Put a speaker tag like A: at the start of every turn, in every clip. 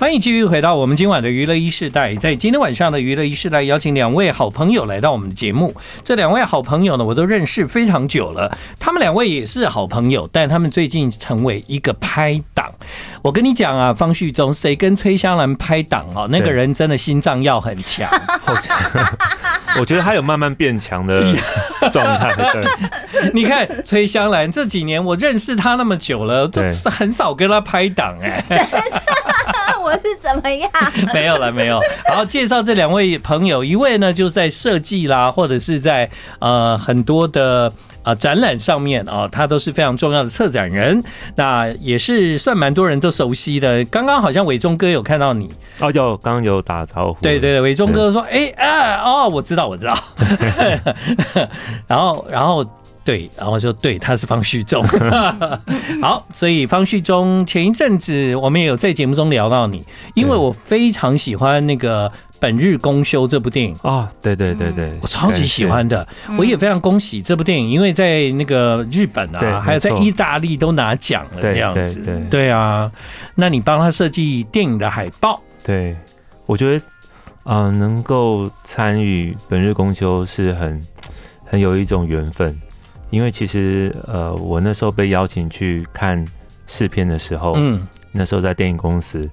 A: 欢迎继续回到我们今晚的娱乐一世代，在今天晚上的娱乐一世代，邀请两位好朋友来到我们的节目。这两位好朋友呢，我都认识非常久了，他们两位也是好朋友，但他们最近成为一个拍档。我跟你讲啊，方旭中 谁跟崔香兰拍档哦，那个
B: 对
A: 人真的心脏要很 强。
B: 我觉得他有慢慢变 强的状态，对，
A: 你看崔香兰这几年，我认识她那么久了，都
B: 对
A: 很少跟她拍档哎、
C: 我是怎么样？
A: 没有了，没有。好，介绍这两位朋友，一位呢就是在设计啦，或者是在呃很多的。啊，展览上面啊，他都是非常重要的策展人，那也是算蛮多人都熟悉的。刚刚好像伟忠哥有看到你，
B: 哦，有刚刚有打招呼，
A: 对对对，伟忠
B: 嗯
A: 哥说，哎、啊，哦，我知道，我知 道。 然后，然后对，然后说对，他是方旭中。 好，所以方旭中前一阵子我们也有在节目中聊到你，因为
B: 对
A: 我非常喜欢那个《本日公休》这部电影。
B: 哦，对对对对，
A: 我超级喜欢的，
C: 嗯
A: 我也非常恭喜这部电影，因为在那个日本
B: 对没
A: 啊，
B: 错
A: 还有在意大利都拿奖了，
B: 对
A: 这样
B: 对
A: 子
B: 对。
A: 对啊，那你帮他设计电影的海报，
B: 对，
A: 嗯
B: 对我觉得，啊，能够参与本日公休是很很有一种缘分，因为其实呃，我那时候被邀请去看试片的时候，
A: 嗯，
B: 那时候在电影公司，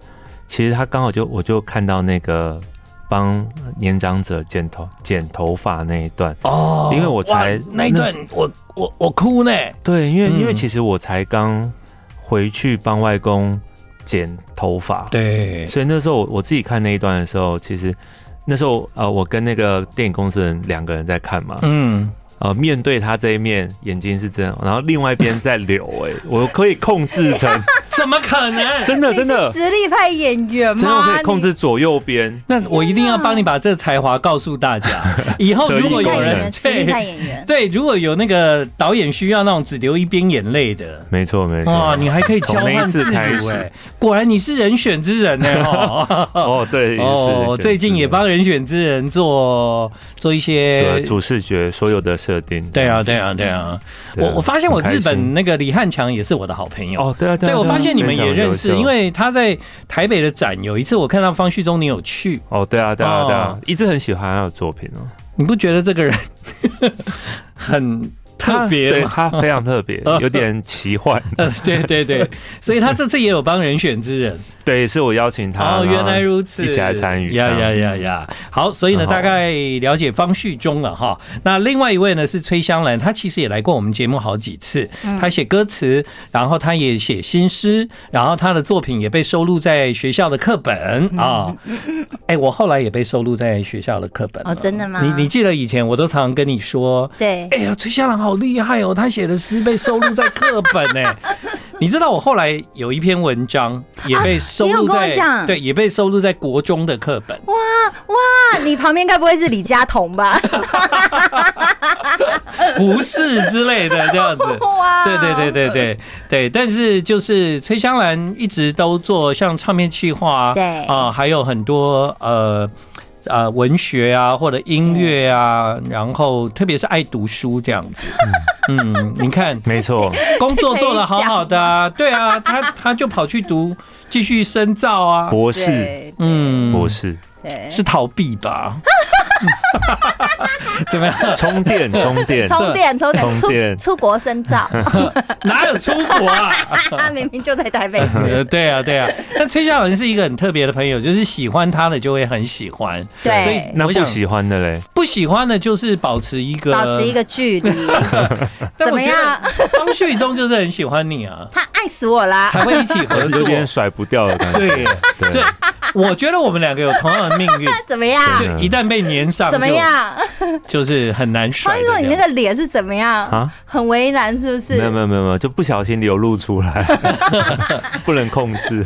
B: 其实他刚好就我就看到那个帮年长者剪头剪头发那一段，
A: 哦
B: 因为我才
A: 哇那一段我我我哭呢，
B: 对，因为因为
A: 嗯
B: 其实我才刚回去帮外公剪头发，，
A: 对，
B: 所以那时候我我自己看那一段的时候，其实那时候呃，我跟那个电影公司的人两个人在看嘛，
A: 嗯，
B: 呃，面对他这一面眼睛是这样，然后另外一边在流、哎，我可以控制 成
A: 怎么可能？
B: 真的真的
C: 你是实力派演员吗？
B: 真的可以控
C: 你
B: 制左右边，
A: 那我一定要帮你把这才华告诉大 家。以后如果
C: 实力派
A: 有
C: 演
A: 人
C: 员，实力派
A: 对
C: 演 员。
A: 对，如果有那个导演需要那种只流一边眼泪的。
B: 没错没错，
A: 哇，你还可以交
B: 从那
A: 换
B: 一
A: 自
B: 次开
A: 如
B: 始
A: 哎！果然你是人选之人呢、 哦。
B: 哦，对，
A: 哦，
B: 是
A: 最近也帮人选之人做做一些
B: 主主视觉所有的设定。
A: 对啊，对啊，对啊！
B: 对
A: 我
B: 啊，
A: 我发现我
B: 很开
A: 日本
B: 心
A: 那个李汉强也是我的好朋友。
B: 哦，对啊，对啊，
A: 对，我
B: 对啊
A: 发现你们也认识，
B: 非常优秀
A: 因为他在台北的展有一次，我看到方旭中你有去，
B: 哦，对啊，对啊，对啊
A: 哦，
B: 一直很喜欢他的作品哦，
A: 你不觉得这个 人很特别
B: 对
A: 吗？哦
B: 他非常 特别，有点奇幻。
A: 呃 对对对，所以他这次也有帮人选之人。
B: 对，是我邀请他，
A: 哦，原来如此，
B: 一起来参与。
A: 呀
B: 这
A: 呀
B: 样
A: 呀呀！好，所以呢，
B: 很好
A: 大概了解方旭中了哈。那另外一位呢是崔香兰，她其实也来过我们节目好几次，
C: 嗯
A: 她写歌词，然后她也写新诗，然后她的作品也被收录在学校的课本
C: 嗯
A: 啊。哎，我后来也被收录在学校的课本了。
C: 哦，真的吗？
A: 你你记得以前我都常跟你说，
C: 对
A: 哎呀，崔香兰好厉害哦，她写的诗被收录在课本呢、 你知道我后来有一篇文章也被收
C: 啊你有
A: 录
C: 跟我
A: 在、
C: 讲
A: 对，也被收录在国中的课 本。
C: 哇哇，你旁边该不会是李佳彤吧？
A: 胡适之类的这 样子。
C: 哇，
A: 对对对对对对，但是就是崔香兰一直都做像唱片企划啊，
C: 对
A: 啊、还有很多呃呃文学啊或者音乐啊，然后特别是爱读书这样子。嗯，你看
B: 没错，
A: 工作做得好好的啊，对啊，他他就跑去读继续深造啊，
B: 博
C: 对，
B: 士，
C: 对
A: 嗯，
B: 博士，
C: 对
A: 是逃避 吧？怎么样？
B: 充电，充电，
C: 充电
B: 充
C: 充电
B: 电
C: 出出国深造，
A: 哪有出国啊？
C: 他明明就在台 北
A: 呃，
C: 市。
A: 对啊，对啊。但崔孝仁是一个很特别的朋友，就是喜欢他的就会很喜欢，
C: 对
A: 所以
B: 那
A: 我
B: 不
A: 想
B: 喜欢的嘞，
A: 不喜欢的就是保持一个
C: 保持一，个距离，
A: 但
C: 怎
A: 我
C: 么
A: 觉
C: 样
A: 得？方旭中就是很喜欢你 啊，
C: 他爱死我啦！
A: 才会一起合
B: 有
A: 作。
B: 点甩不掉的感觉。
A: 对，对
B: 对，，
A: 我觉得我们两个有同样的命 运，
C: 怎么样？
B: 对
A: 就一旦被粘上，
C: 怎么？样？
A: 就是很难甩的
C: 方一
A: 这
C: 说
A: 样。
C: 你那个脸是怎么样？
B: 啊，
C: 很为难是不是？
B: 没有没有没有没有，就不小心流露出 来，不能控制。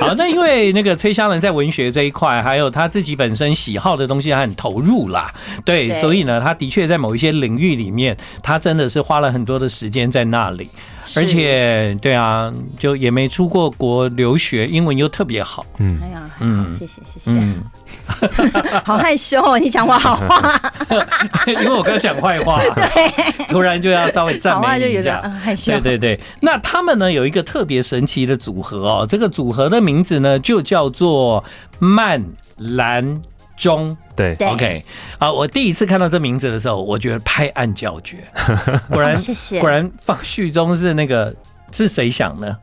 A: 好，那因为那个崔香兰在文学这一块，还有他自己本身喜好的东西，他很投入啦。对，
C: 对
A: 所以呢，他的确在某一些领域里面，他真的是花了很多的时间在那里。而且对啊，就也没出过国留学，英文又特别好。
B: 嗯
C: 哎，呀，
A: 嗯
C: 嗯，谢谢谢谢，
A: 嗯，
C: 好害羞哦，你讲我好话，
A: 因为我刚讲坏 话，突然就要稍微赞
C: 好话就
A: 美
C: 有
A: 一
C: 点
A: 下。
C: 嗯害羞
A: 对，对对，那他们呢有一个特别神奇的组合哦，这个组合的名字呢就叫做曼兰中。
B: 对，
C: 对
A: OK，啊，我第一次看到这名字的时候，我觉得拍案叫 绝，果然
C: 哦谢谢
A: 哎果，然放旭中是那个是谁想呢？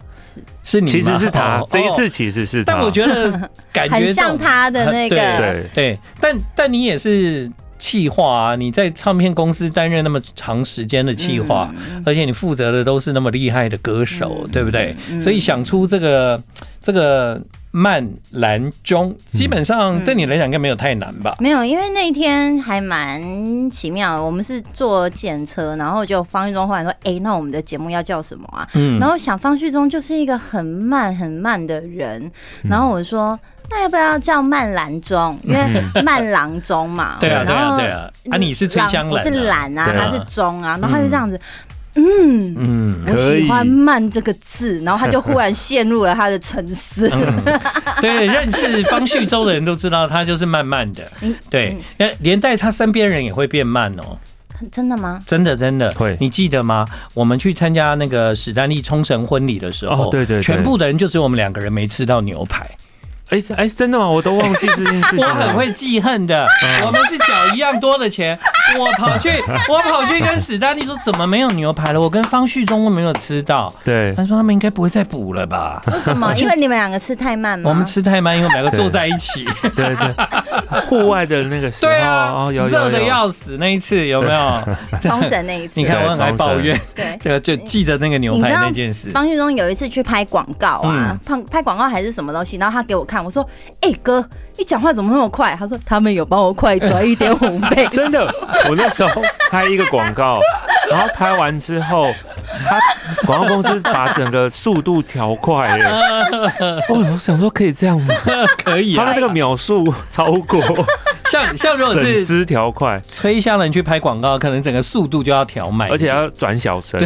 A: 是你吗
B: 其实是他
A: 哦，
B: 这一
A: 哦
B: 次其实是他，
A: 但我觉得感觉
C: 很像他的那
A: 对
C: 个，
B: 对
A: 对，但但你也是企划啊，你在唱片公司担任那么长时间的企划，
C: 嗯
A: 而且你负责的都是那么厉害的歌手，对不对？
C: 嗯
A: 所以想出这个这个曼兰中，
B: 嗯
A: 基本
C: 嗯
A: 上对你来讲应该没有太难吧？
C: 没有，因为那一天还蛮奇妙的，我们是坐检车，然后就方玉忠忽然说：“哎、那我们的节目要叫什么啊？”
A: 嗯
C: 然后想方旭中就是一个很慢很慢的人，
A: 嗯
C: 然后我说。那要不要叫慢郎中？因为慢郎中嘛， 哦
A: 对啊，对
C: 然
A: 啊，
C: 后
A: 对啊，啊，你是春香
C: 我
A: 兰、
C: 是
A: 啊，
C: 懒啊，
B: 对啊
C: 他是中啊，然后他就这样子，
A: 嗯。
C: 我
B: 可以
C: 喜欢慢这个字，然后他就忽然陷入了他的沉思。
A: 嗯对，认识方旭洲的人都知道，他就是慢慢的，
C: 嗯
A: 对，那连带他身边人也会变慢哦。
C: 真的吗？
A: 真的真的
B: 会
A: 你记得吗？我们去参加那个史丹利冲绳婚礼的时候，
B: 哦对对对
A: 全部的人就只有我们两个人没吃到牛排，
B: 哎这哎真的吗？我都忘记这件事情
A: 我
B: 了。
A: 很会记恨的。
B: 嗯
A: 我们是缴一样多的钱，我跑 去我跑去跟史丹利说怎么没有牛排了，我跟方旭中都没有吃到。
B: 对
A: 他说他们应该不会再补了吧？
C: 为什么？因为你们两个吃太慢吗？
A: 我们吃太慢，因为我们两个
B: 对
A: 坐在一起。
B: 对对，户外的那个时 候，
A: 对
B: 哦
A: 啊，
B: 有有
A: 热的
B: 有
A: 要死那一次有没有？
C: 冲绳那一次，
A: 你看我很爱抱怨，
C: 对。
A: 这个就记得那个牛
C: 你
A: 排
C: 知道
A: 那件 事。
C: 方旭中有一次去拍广告啊
A: 嗯，
C: 拍拍广告还是什么东西，然后他给我看，我说：“哎、哥，你讲话怎么那么快？”他说：“他们有帮我快转一点五 倍。”
B: 真的，我那时候拍一个广告，然后拍完之后，他广告公司把整个速度调快 了。哦，我想说可以这样吗？
A: 可以
B: 他
A: 啊
B: 的，那个秒数超过，
A: 像像如果
B: 整
A: 是
B: 支调快，
A: 崔香兰去拍广告，可能整个速度就要调慢，
B: 而且要转小声。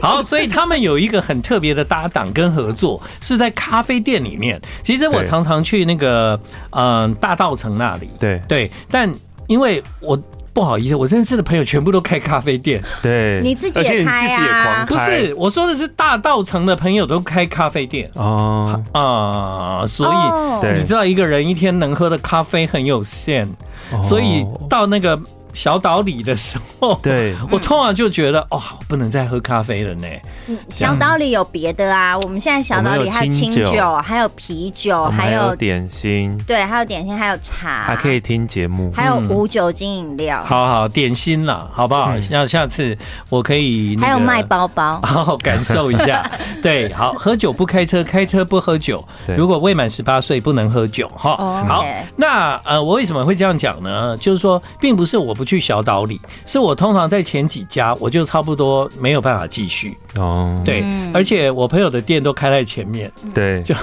A: 好，所以他们有一个很特别的搭档跟合作，是在咖啡店里面。其实我
B: 对
A: 常常去那个嗯、大道城那里，
B: 对
A: 对，但因为我。不好意思，我认识的朋友全部都开咖啡店，
B: 对，
C: 你自己
B: 而
C: 也
B: 且你自
C: 开
B: 己也
C: 啊
B: 狂
A: 不
B: 开
A: 是我说的是大道城的朋友都开咖啡店
B: 哦，
A: 啊、所以
C: 哦
B: 对
A: 你知道一个人一天能喝的咖啡很有限，
B: 哦
A: 所以到那个小岛里的时候，
B: 对
A: 我通常就觉得哦，我不能再喝咖啡了呢。
C: 嗯小岛里有别的啊，我们现在小岛里还有清
B: 我们有清
C: 酒，
B: 酒
C: 还有啤酒，
B: 我们
C: 哦还
B: 还有
C: 有
B: 点心，
C: 对，还有点心，还有茶，
B: 还可以，听节目。
C: 还有
A: 嗯
C: 无酒精饮料，
A: 好好点心啦，好不好？
B: 嗯
A: 下下次我可以、那
C: 还有
A: 个
C: 卖，包包。
A: 好好感受一下。对，好，喝酒不开车，开车不喝酒。
B: 对
A: 如果未满十八岁不能喝酒哈。
C: 哦
A: 好
C: OK，
A: 那呃，我为什么会这样讲呢？就是说，并不是我不去小岛里，是我通常在前几家我就差不多没有办法继续。
B: 哦，
A: 对，
C: 嗯
A: 而且我朋友的店都开在前面，
B: 对，
A: 就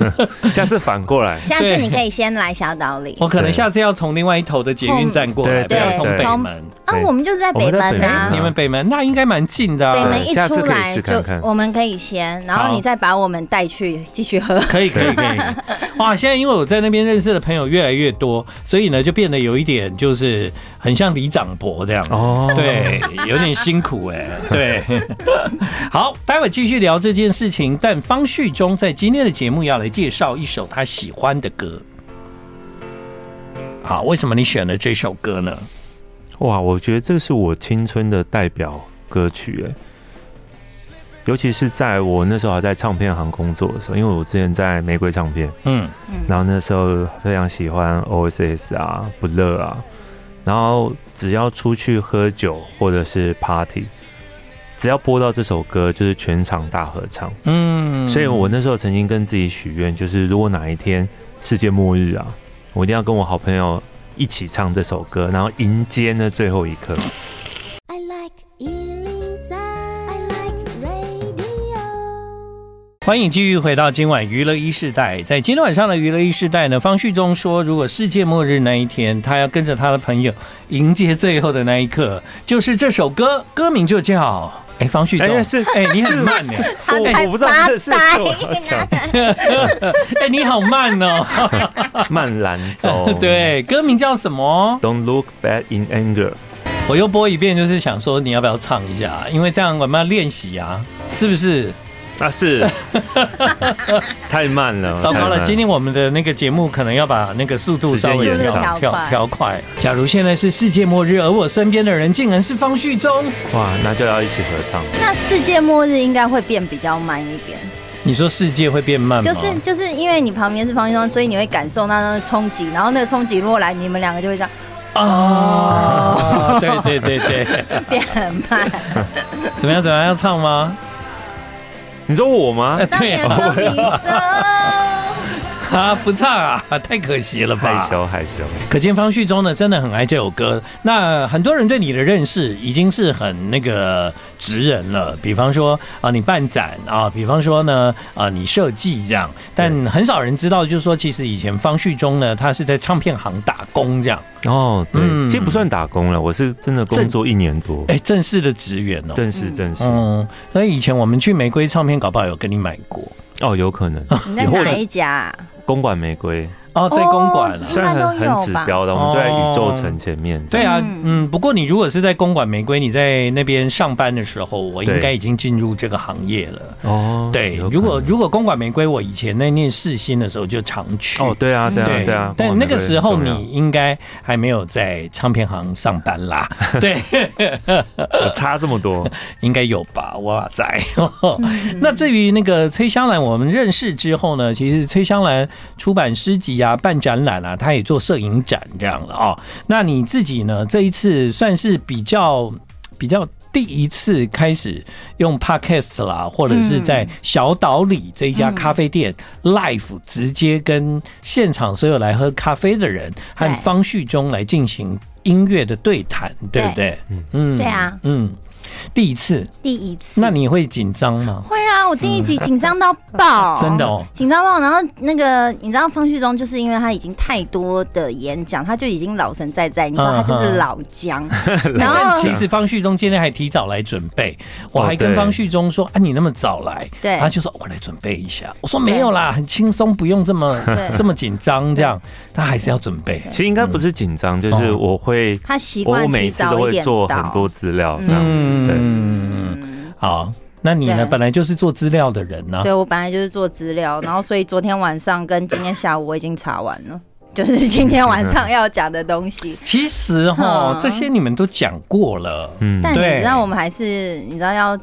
B: 下次反过来，
C: 下次
A: 对
C: 你可以先来小 岛里
A: 我可能
B: 哦对
A: 下次要从另外一头的捷运站过来，不
B: 对
A: 要
C: 对
A: 从北
C: 从
A: 门。
C: 啊，
B: 对
C: 我们就是在北
B: 我们
C: 门
B: 在北
A: 哎
C: 啊
B: 门。
A: 你们北门那应该蛮近的、
C: 北
A: 啊。
C: 门一
B: 下次
C: 出
B: 可以
C: 来
B: 试看看
C: 就我们可以先，然
A: 好
C: 后你再把我们带去继续喝。
B: 哦
A: 可以可 以可以，哇！现在因为我在那边认识的朋友越来越多，所以呢就变得有一点就是很像李长伯这样。
B: 哦，
A: 对，有点辛苦哎、对， 好，待会继续聊这件事情。但方旭中在今天的节目要来介绍一首他喜欢的歌。好，为什么你选了这首歌呢？
B: 哇，我觉得这是我青春的代表歌曲哎，尤其是在我那时候还在唱片行工作的时候，因为我之前在玫瑰唱片，
A: 嗯
B: 然后那时候非常喜欢 OSS 啊、不乐啊，然后只要出去喝酒或者是 party，只要播到这首歌，就是全场大合唱。
A: 嗯
B: 所以我那时候曾经跟自己许愿，就是如果哪一天世界末日啊，我一定要跟我好朋友一起唱这首歌，然后迎接那最后一刻。
D: I like Ealing Sound. I like radio.
A: 欢迎继续回到今晚娱乐一世代。在今天晚上的娱乐一世代呢，方旭中说，如果世界末日那一天，他要跟着他的朋友迎接最后的那一刻，就是这首歌，歌名就叫……哎，方旭中，
B: 哎是
A: 哎，你很慢呢，
B: 我我不知道这是是我要讲的
A: 哎，你好慢 哦。。
B: 慢兰州
A: 对，歌名叫什么？
B: ，Don't look back in anger。
A: 我又播一遍，就是想说你要不要唱一下，啊因为这样我们要练习啊，是不是？
B: 啊，是，太慢了，
A: 糟糕
B: 太慢
A: 了，今天我们的那个节目可能要把那个速度稍微
B: 时间延
A: 调
C: 长
A: 调调快。假如现在是世界末日，而我身边的人竟然是方旭中，
B: 哇，那就要一起合唱。
C: 那世界末日应该会变比较慢一点，
A: 你说世界会变慢吗？
C: 就是就是因为你旁边是方云松，所以你会感受到那个冲击，然后那个冲击如果来，你们两个就会这样哦
A: 啊，对 对对 对，
C: 变很 慢。
A: 怎么样怎么样要唱吗？
B: 你说我吗
A: 呃？
C: 当
A: 对
C: 年
A: 啊
C: 的你说。
A: 啊，不唱啊，太可惜了吧。
B: 害羞害羞，
A: 可见方旭中呢真的很爱这首歌。那很多人对你的认识已经是很那个职人了，比方说啊你办展啊，比方说呢啊你设计这样，但很少人知道，就是说其实以前方旭中呢他是在唱片行打工这样，
B: 哦，对，
A: 嗯
B: 其实不算打工了，我是真的工作一年多，
A: 哎正式的职员哦。
B: 正式正式，
A: 嗯，所以以前我们去玫瑰唱片，搞不好有跟你买过
B: 哦，有可能
C: 你在哪一家啊、
B: 公馆玫瑰
A: 哦，在公馆
C: 哦
A: 啊。
B: 虽然很
C: 应该都有吧
B: 很指标的，我们就在宇宙城前面，
A: 对啊，
C: 嗯
A: 嗯，不过你如果是在公馆玫瑰，你在那边上班的时候，我应
B: 对
A: 该已经进入这个行业了。
B: 哦，
A: 对
B: 有可，能
A: 如果如果公馆玫瑰，我以前在念世新的时候就常去。
B: 哦，对啊，对啊，对啊，
A: 嗯但
B: 公馆
A: 那
B: 玫瑰
A: 个时候
B: 很重要
A: 你应该还没有在唱片行上班 啦，对，
B: 我差这么多，
A: 应该有吧？我在。 那至于那个崔香兰，我们认识之后呢，其实崔香兰出版诗集啊、办展览啊，她也做摄影展这样了哦。那你自己呢？这一次算是比较比较第一次开始用 podcast 啦，或者是在小岛里这一家咖啡店、live 直接跟现场所有来喝咖啡的人和
C: 对
A: 方旭中来进行音乐的对谈，对不对？嗯
C: 对啊，
A: 嗯。第一次，
C: 第一次。
A: 那你会紧张吗？
C: 会啊，我第一集紧张到爆，
A: 真的哦，
C: 紧张到爆。然后那个，你知道方旭中就是因为他已经太多的演讲，他就已经老神在在，你知道
A: 嗯
C: 他就是
A: 嗯
C: 老 姜。然后
A: 其实方旭中今天还提早来准备，我还跟
B: 对
A: 方旭中说：“啊，你那么早来？”
C: 对
A: 他就说：“哦我来准备一下。”我说：“没有啦，很轻松，不用这么
C: 对
A: 这么紧张。”这样，他还是要准备。
B: 其实应该不是紧张，就是
A: 哦
B: 我会，
C: 他习
B: 我
C: 惯
B: 我每
C: 提
B: 一次都
C: 早一
B: 会
C: 点
B: 做
C: 到
B: 很多资料这样子，对。
A: 嗯，好，那你呢？
C: 对
A: 本来就是做资料的人啊呢、。
C: 对我本来就是做资料，然后所以昨天晚上跟今天下午我已经查完了， 就是今天晚上要讲的东西
A: 其实哈，
C: 嗯
A: 这些你们都讲过了。
B: 嗯
C: 但
A: 对
C: 你知道，我们还是你知道要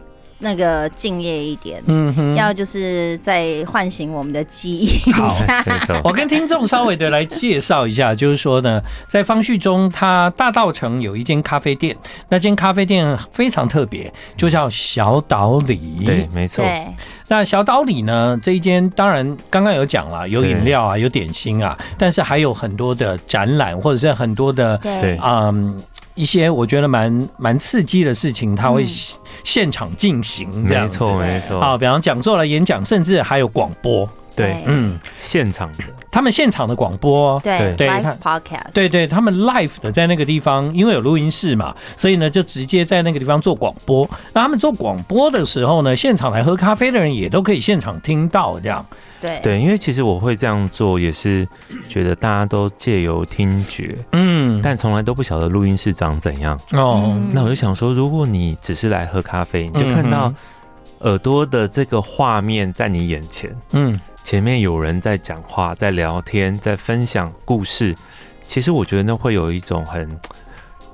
C: 那个敬业一点，
A: 嗯哼，
C: 要就是再唤醒我们的记忆
A: 好
C: 一下。
B: 没错，
A: 我跟听众稍微的来介绍一下，就是说呢，在方旭中，他大道城有一间咖啡店，那间咖啡店非常特别，就叫小岛里。
B: 对，，没 错，
C: 对，
A: 那小岛里呢这一间，当然刚刚有讲了，有饮料啊，有点心啊，但是还有很多的展览，或者是很多的
B: 对
A: 嗯一些我觉得蛮蛮刺激的事情，他会
C: 嗯
A: 现场进行这样
B: 没
A: 子。
B: 错，没
A: 啊，
B: 错，
A: 比方讲座了、演讲，甚至还有广播。
B: 对，
A: 嗯，
B: 现场的，
A: 他们现场的广播，哦
C: 对
A: 对
C: l i
A: 他
C: v podcast，
A: 对对，他们 live 的在那个地方，因为有录音室嘛，所以呢就直接在那个地方做广播。那他们做广播的时候呢，现场来喝咖啡的人也都可以现场听到这样。
C: 对
B: 对，因为其实我会这样做，也是觉得大家都借由听觉，
A: 嗯，
B: 但从来都不晓得录音室长怎样。
A: 哦，
C: 嗯
B: 那我就想说，如果你只是来喝咖啡，你就看到
A: 嗯
B: 耳朵的这个画面在你眼前，
A: 嗯，
B: 前面有人在讲话、在聊天、在分享故事，其实我觉得那会有一种很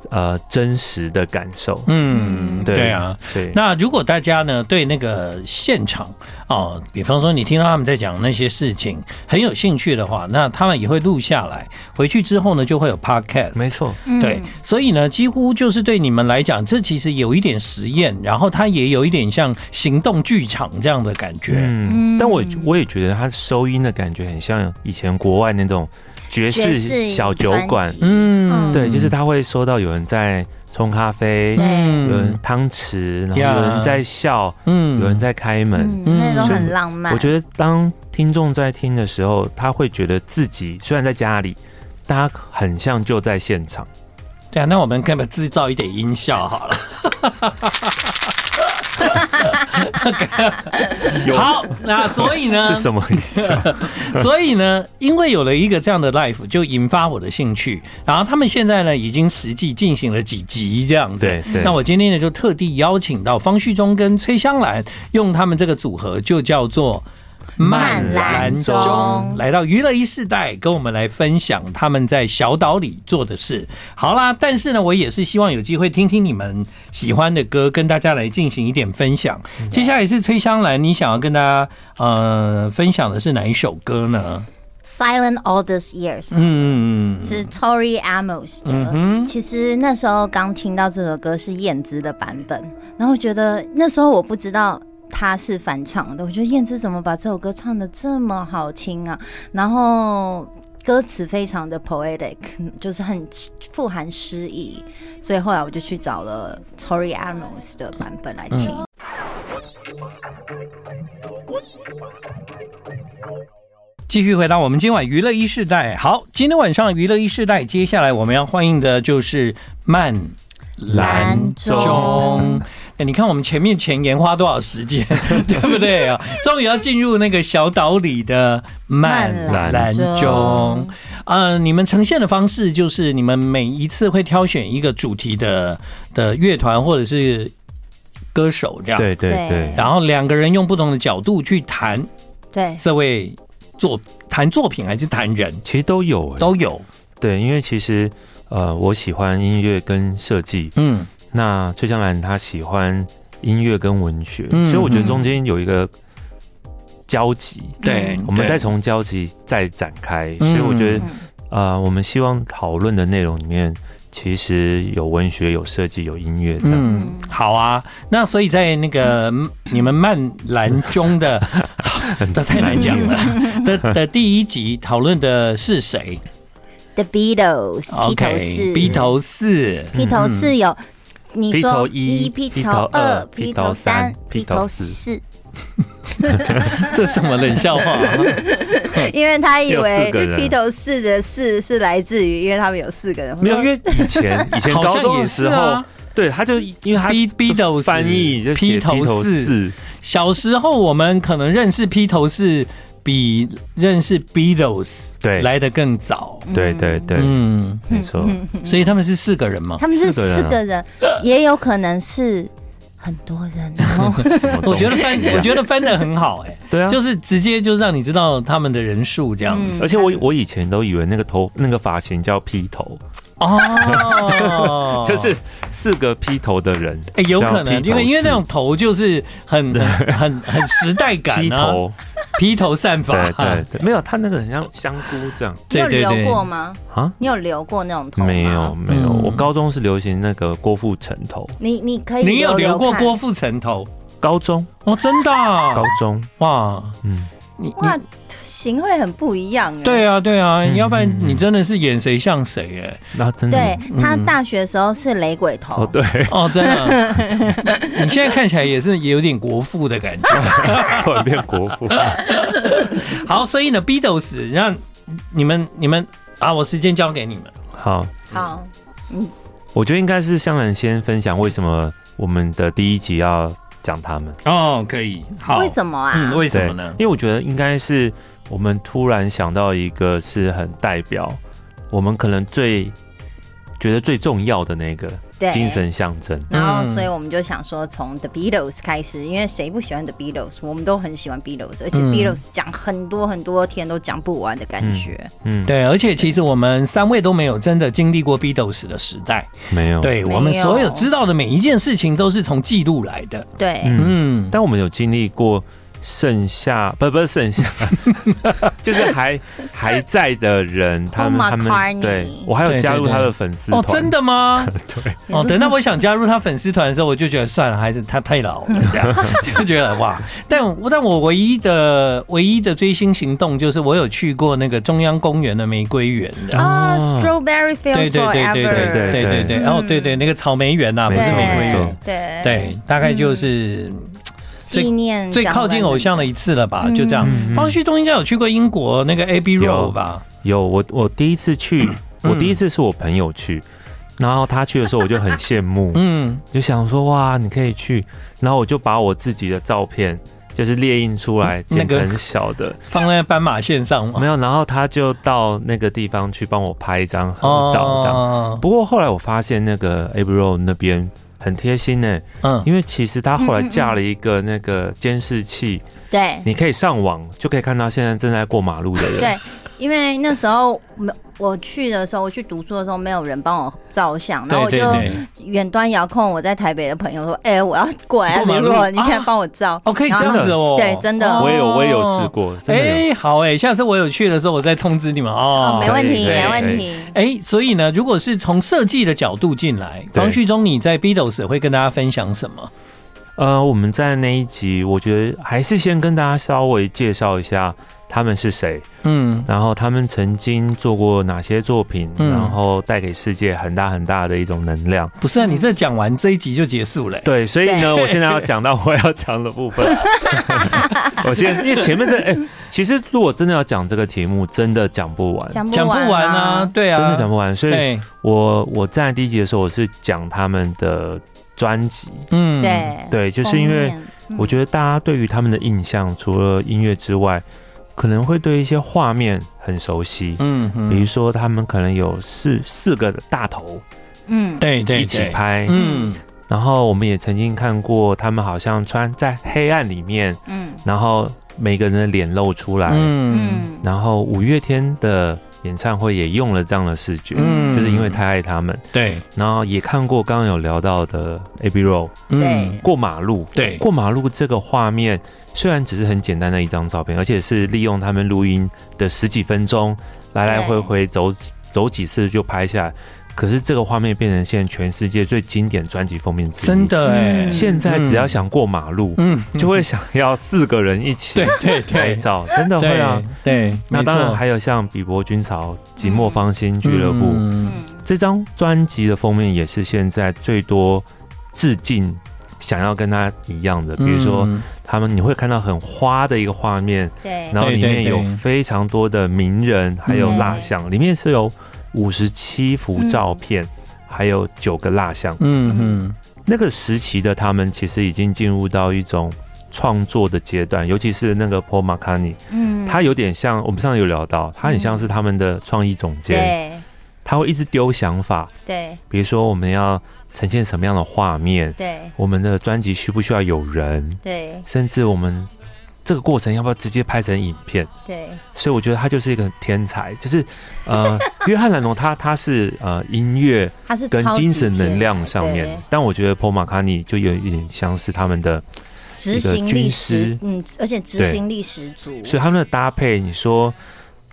B: 呃真实的感受。
A: 嗯，
B: 对
A: 对啊。
B: 对，
A: 那如果大家呢对那个现场哦，比方说你听到他们在讲那些事情很有兴趣的话，那他们也会录下来，回去之后呢就会有 podcast。
B: 没错，
C: 嗯
A: 对，所以呢，几乎就是对你们来讲，这其实有一点实验，然后它也有一点像行动剧场这样的感觉。
B: 嗯，但我也我也觉得它收音的感觉很像以前国外那种爵
C: 爵
B: 士
C: 士
B: 小酒馆
C: 专，辑
A: 嗯，
C: 嗯
B: 对，就是他会收到有人在冲咖啡，有人
A: 嗯
B: 汤匙，然后
A: 呀
B: 有人在笑，
A: 嗯
B: 有人在开门。
A: 嗯
C: 嗯，那种很浪漫。
B: 我觉得当听众在听的时候，他会觉得自己虽然在家里，大家很像就在现场。
A: 对啊，那我们干嘛制造一点音效好了？ 好，那所以呢
B: 是？什么意思啊？
A: 所以呢，因为有了一个这样的 life，就引发我的兴趣。然后他们现在呢，已经实际进行了几集这样子。
B: 对对
A: 那我今天呢，就特地邀请到方旭中跟崔香兰，用他们这个组合，就叫做。
C: 慢
B: 兰中
A: 来到娱乐一世代，跟我们来分享他们在小岛里做的事。好啦，但是呢，我也是希望有机会听听你们喜欢的歌，跟大家来进行一点分享。接下来是崔香兰，你想要跟大家呃分享的是哪一首歌呢？
C: Silent All These Years
A: 嗯，
C: 是 Tori Amos 的。
B: 嗯
A: 哼，
C: 其实那时候刚听到这首歌是燕姿的版本，然后觉得那时候我不知道她是翻唱的，我觉得燕姿怎么把这首歌唱的这么好听啊？然后歌词非常的 poetic，就是很富含诗意，所以后来我就去找了 Tori Amos 的版本来听。
B: 嗯
A: 继续回到我们今晚娱乐一世代。好，今天晚上娱乐一世代，接下来我们要欢迎的就是慢
C: 兰中
A: 中。哎你看我们前面前言花多少时 间，对不对啊？终于要进入那个小岛里的慢兰
B: 慢
C: 兰
A: 中
C: 中。
A: 呃，你们呈现的方式就是你们每一次会挑选一个主题的的乐团或者是歌手这样。
B: 对对
C: 对
B: 对，
A: 然后两个人用不同的角度去谈
C: 对，
A: 这位作谈作品还是谈人
B: 其实都有、欸，
A: 都有，
B: 对，因为其实呃，我喜欢音乐跟设计，
A: 嗯
B: 那崔香兰她喜欢音乐跟文学，
A: 嗯
B: 所以我觉得中间有一个交集，
A: 对
B: 我们
A: 对
B: 再从交集再展开，
A: 嗯
B: 所以我觉得
C: 嗯
B: 呃，我们希望讨论的内容里面其实有文学、有设计、有音乐这样。
A: 嗯，好啊。那所以在那个嗯你们漫兰中的，这太难讲了的的第一集讨论的是谁
C: The Beatles，披头士。
A: ？OK，B 头四，
C: 披头士有。你
B: 披头
C: 说
B: 一
C: 披
B: 披
C: 头
B: 头
C: 二
B: 二、
C: 披
B: 披
C: 头
B: 头
C: 三
B: 三、
C: 披
B: 披
C: 头
B: 头
C: 四
B: 四，
A: 这什么冷笑话？啊
C: 因为他以
B: 有四个
C: 为
B: 人
C: 披头士的四是来自于，因为他们有四个 人，
B: 没有，
C: 我
B: 因
C: 说
B: 为以前以前
A: 好
B: 高
A: 像
B: 中
A: 也
B: 的
A: 是
B: 时候，
A: 啊。
B: 对，他就因为他
A: B B 头
B: 翻译就
A: 披
B: 写
A: 头士。
B: 士，
A: 小时候我们可能认识披头士比认识 Beatles
B: 对
A: 来的更早。
B: 对对对，
A: 嗯，
B: 没错。
A: 所以他们是四个人嘛？
C: 他们是
B: 四个人啊
C: 四个人，也有可能是很多人哦。
A: 我觉得翻
B: 翻，，
A: 我觉得翻的很好哎、
B: 啊对啊，
A: 就是直接就让你知道他们的人数这样子、
B: 而且我我以前都以为那个头那个发型叫披头，，
A: 哦
B: 嗯 就是四个披头的人，
A: 哎、有可
B: 叫披
A: 能，
B: 头
A: 因为因为
B: 士
A: 那种头就是 很很很很时代感
B: 披
A: 啊，
B: 头，
A: 披头散发，
B: 对对对，没有他那个很像香菇这样
C: 你有
A: 对
C: 留
A: 对
C: 过吗？
B: 啊，
C: 你有留过那种头吗
B: 没有？没有，
A: 嗯
B: 我高中是流行那个郭富城头，
C: 你你可以，
A: 你有留
C: 留
A: 过
C: 看
A: 郭？富城头？
B: 高中
A: 哦，真的啊、
B: 高中，
A: 哇，
B: 嗯，
A: 你你
C: 哇，型会很不一样哎。
A: 对啊，对啊，
B: 嗯
A: 要不然
B: 嗯嗯
A: 你真的是演谁像谁哎、
B: 那真的
C: 对他
A: 嗯
C: 大学的时候是雷鬼
B: 哦
C: 头，
B: 对，
A: 哦，真的，你现在看起来也是有点国父的感觉。
B: 突然变国父，
A: 好，所以呢，Beatles 让你们你们啊，我时间交给你们。
B: 好，
C: 好，
B: 我觉得应该是香兰先分享为什么我们的第一集要讲他们。
A: 哦，可以，好，
C: 为什么啊
A: 嗯，？为
B: 对
A: 什么呢？
B: 因为我觉得应该是我们突然想到一个是很代表我们可能最觉得最重要的那个
C: 对，
B: 精神象征。
C: 然后，
A: 嗯
C: 所以我们就想说，从 The Beatles 开始，因为谁不喜欢 The Beatles？我们都很喜欢 Beatles，而且
A: 嗯
C: Beatles 讲很多很多天都讲不完的感觉。
B: 嗯，
A: 对，而且其实我们三位都没有真的经历过 Beatles 的时代，
B: 没有。，
A: 对
C: 没有
A: 我们所有知道的每一件事情都是从记录来的。
C: 对，
B: 嗯，
A: 嗯，
B: 但我们有经历过剩下不不是剩 下，就是还还在的人，他们
C: Paul
B: 他们
C: McCartney
B: 对我还有加入
A: 对对对
B: 他的粉丝
A: 哦，
B: 团，
A: 真的吗？
B: 对，
A: 哦，等到我想加入他粉丝团的时候，我就觉得算了，还是他太老了，这样就觉得哇。但我但我唯一的唯一的追星行动就是我有去过那个中央公园的玫瑰园的。
C: 啊
B: 哦
C: ，Strawberry Fields
A: 对对对
C: Forever，
A: 对对对对对对，
C: 嗯
A: 哦对对，那个草莓园呐，不是
B: 没错
A: 玫瑰
B: 没
A: 园
B: 错，
C: 对
A: 对，大概就是最
C: 纪念
A: 最靠近偶像的一次了吧，
C: 嗯
A: 就这样
B: 嗯。嗯
A: 方旭东应该有去过英国那个 A B
B: 有
A: Road 吧？
B: 有我我第一次去，
A: 嗯
B: 我第一次是我朋友去，然后他去的时候我就很羡慕，
A: 嗯，
B: 就想说哇，你可以去，然后我就把我自己的照片就是列印出来，
A: 嗯那
B: 剪
A: 个
B: 成小的，
A: 放在斑马线上嘛
B: 没。有，然后他就到那个地方去帮我拍一张合照，嗯这样。
A: 哦，
B: 不过后来我发现那个 a b r o 那边很贴心呢、
A: 嗯，
B: 因为其实他后来架了一个那个监视器，
A: 嗯
C: 对
B: 你可以上网就可以看到现在正在过马路的人。
C: 对因为那时候没我去的时候，我去读书的时候，没有人帮我照相，然后
A: 对
C: 我
A: 对
C: 就
A: 对，
C: 远端遥控我在台北的朋友说：“哎、我要过来，
A: 过马
C: 联
A: 路
C: 络，你现在
A: 啊
C: 帮我照。
A: 哦，可以这样子哦，
C: 对真的
B: 我也有，我也有试。过，真的有。
A: 哎，好哎，下次我有去的时候，我再通知你们哦
C: 哦，。没问
B: 可以
C: 题，
B: 可以
C: 没
B: 可
C: 问
B: 以
C: 题。
A: 哎，所以呢，如果是从设计的角度进来，
B: 对
A: 方旭中你在 Beatles 会跟大家分享什么？
B: 呃，我们在那一集，我觉得还是先跟大家稍微介绍一下他们是谁，
A: 嗯
B: 然后他们曾经做过哪些作品，
A: 嗯
B: 然后带给世界很大很大的一种能量。
A: 不是啊，你这讲完这一集就结束了、
B: 对，所以
C: 对
B: 呢，我现在要讲到我要讲的部分。我先，因为前面这，哎、其实如果真的要讲这个题目，真的讲不完，
C: 讲
A: 讲不完啊，
C: 嗯啊，
A: 对啊，
B: 真的讲不完。所以
A: 对，
B: 我我在第一集的时候，我是讲他们的专辑，
A: 嗯，
C: 对，嗯
B: 对，就是因为我
C: 得
B: 觉得大家对于他们的印象，除了音乐之外，可能会对一些画面很熟悉，
A: 嗯哼，
B: 比如说他们可能有四四个大头
C: 嗯，
A: 对对
B: 一起
A: 对
B: 拍，
A: 嗯
B: 然后我们也曾经看过他们好像穿在黑暗里面，
C: 嗯
B: 然后每个人的脸露出来，
A: 嗯
C: 嗯，
B: 然后五月天的演唱会也用了这样的视觉，
A: 嗯
B: 就是因为太爱他们，
A: 对，
B: 然后也看过刚刚有聊到的 A B Roll
A: 嗯
B: 过马路，
A: 对
B: 过马路这个画面虽然只是很简单的一张照片，而且是利用他们录音的十几分钟，来来回回走走几次就拍下来。可是这个画面变成现在全世界最经典专辑封面之一。
A: 真，的哎、
C: 嗯
B: 现在只要想过马路，
A: 嗯，哎
B: 就会想要四个人一起
A: 对对
B: 拍
A: 对，
B: 照，真的会
A: 对
B: 啊。
A: 对，
B: 那当然
A: 没错
B: 还有像《比伯君潮》《寂寞芳心俱乐部》
A: 嗯
C: 嗯
B: 这张专辑的封面，也是现在最多致敬想要跟他一样的，比如说。
A: 嗯
B: 他们你会看到很花的一个画面，
C: 对，
B: 然后里
A: 对对
B: 面
A: 对
B: 有非常多的名人，还有蜡像，里面是有五十七幅照片，还有九个蜡像。
A: 嗯
B: 那个时期的他们其实已经进入到一种创作的阶段，尤其是那个 Paul McCartney，
C: 嗯，
B: 他有点像我们上次有聊到，他很像是他们的创意总监，
C: 对
B: 他会一直丢想法，
C: 对
B: 比如说我们要呈现什么样的画面，
C: 对
B: 我们的专辑需不需要有人，
C: 对
B: 甚至我们这个过程要不要直接拍成影片？
C: 对，
B: 所以我觉得他就是一个天才，就是呃， 约翰·兰农他他是呃音乐
C: 他是
B: 跟
C: 超级
B: 精神能量上
C: 天
B: 面，但我觉得 Paul McCartney 就有一点像是他们的，
C: 对执行
B: 一个
C: 力十
B: 军师，
C: 嗯，而且执行力十足，
B: 所以他们的搭配，你说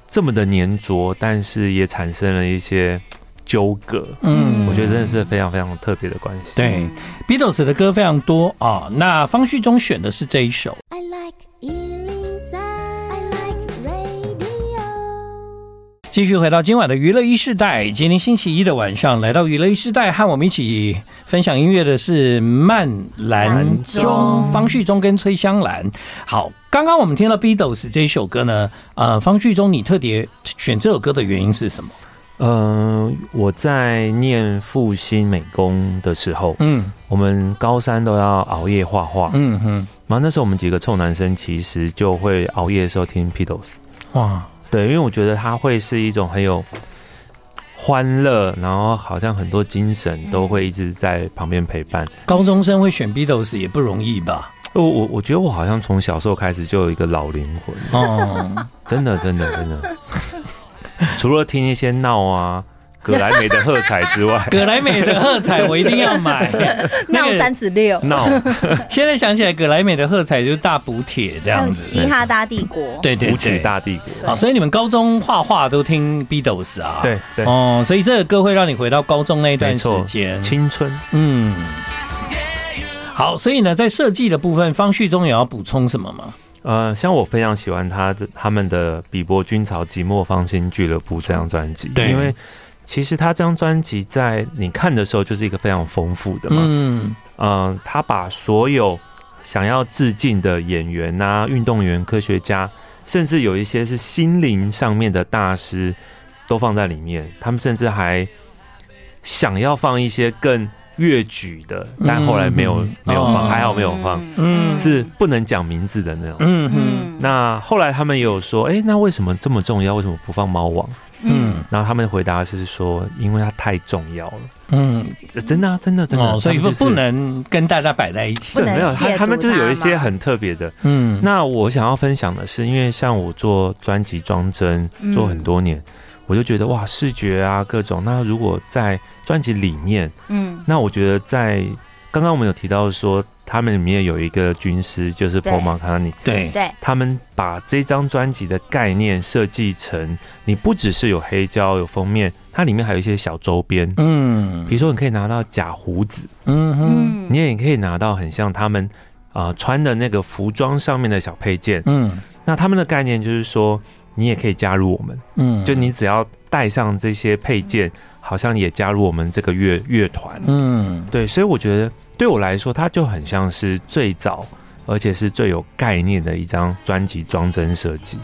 B: 这么的粘着，但是也产生了一些纠葛，
A: 嗯，
B: 我觉得真的是非常非常特别的关系。
A: 对
C: 嗯
A: Beatles 的歌非常多啊。那方旭中选的是这一首，
D: I like Ealing Sound. I like radio.
A: 继续回到今晚的娱乐一世代，今天星期一的晚上，来到娱乐一世代，和我们一起分享音乐的是曼兰中、
C: 中
A: 方旭中跟崔香兰。好，刚刚我们听到 Beatles 这一首歌呢，呃，方旭中你特别选这首歌的原因是什么？
B: 嗯、我在念复兴美工的时候，
A: 嗯
B: 我们高三都要熬夜画画，
A: 嗯嗯，
B: 然后那时候我们几个臭男生其实就会熬夜的时候听 Beatles，
A: 哇，
B: 对，因为我觉得它会是一种很有欢乐，然后好像很多精神都会一直在旁边陪伴。
A: 高中生会选 Beatles 也不容易吧？
B: 我我我觉得我好像从小时候开始就有一个老灵魂，
A: 哦，，
B: 真的真的真的。除了听一些闹啊、葛莱美的喝彩之外
A: 葛莱美的喝彩我一定要买。
C: 闹三十六，
B: 闹
A: 现在想起来，葛莱美的喝彩就是大补帖这
C: 还
A: 样
C: 有
A: 子。
C: 嘻哈大帝 国，
A: 对对
B: 舞曲
A: 对，
B: 大帝国，
A: 好，所以你们高中画画都听 Beatles 啊？
B: 对对
A: 哦，所以这个歌会让你回到高中那一
B: 没
A: 段时
B: 错
A: 间，。
B: 青春。
A: 嗯，好，所以呢，在设计的部分，方旭中也要补充什么吗？
B: 呃，像我非常喜欢他的他们的《比伯军曹即墨芳心俱乐部》这张专辑，
A: 对
B: 因为其实他这张专辑在你看的时候就是一个非常丰富的嘛，
A: 嗯，
B: 嗯，他把所有想要致敬的演员呐、运动员、科学家，甚至有一些是心灵上面的大师，都放在里面。他们甚至还想要放一些更越举的，但后来没有、
A: 嗯
B: 没有放，
A: 哦
B: 还好没有放，
A: 嗯
B: 是不能讲名字的那种。
A: 嗯哼，
B: 那后来他们有说，哎、那为什么这么重要？为什么不放猫王？
A: 嗯
B: 然后他们的回答是说，因为它太重要了。
A: 嗯，
B: 呃真的、啊，真的，真的，
A: 哦，所以
B: 他
A: 不
B: 们就是
A: 不能跟大家摆在一起
C: 不。
B: 对，
C: 能
B: 没有他，
C: 亵
B: 他们
C: 渎
B: 就是有
C: 它
B: 一些
C: 嘛
B: 很特别的。
A: 嗯，
B: 那我想要分享的是，因为像我做专辑装帧
C: 嗯
B: 做很多年，我就觉得哇，视觉啊各种。那如果在专辑里面，
C: 嗯
B: 那我觉得在刚刚我们有提到说，他们里面有一个军师就是 Paul
C: 对
B: McCartney，
A: 对，
C: 对，
B: 他们把这张专辑的概念设计成，你不只是有黑胶有封面，它里面还有一些小周边，
A: 嗯
B: 比如说你可以拿到假胡子。
A: 嗯哼，
B: 你也可以拿到很像他们啊、呃穿的那个服装上面的小配件。
A: 嗯
B: 那他们的概念就是说，你也可以加入我们，
A: 嗯，
B: 就你只要带上这些配件，好像也加入我们这个乐乐团。
A: 嗯
B: 对，所以我觉得对我来说，它就很像是最早。而且是最有概念的一张专辑装帧设计。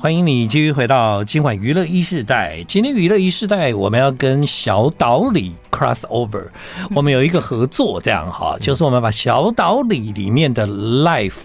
A: 欢迎你继续回到今晚娱乐一世代。今天娱乐一世代，我们要跟小岛里 cross over，我们有一个合作，这样
B: 嗯
A: 哈，就是我们把小岛里里面的 life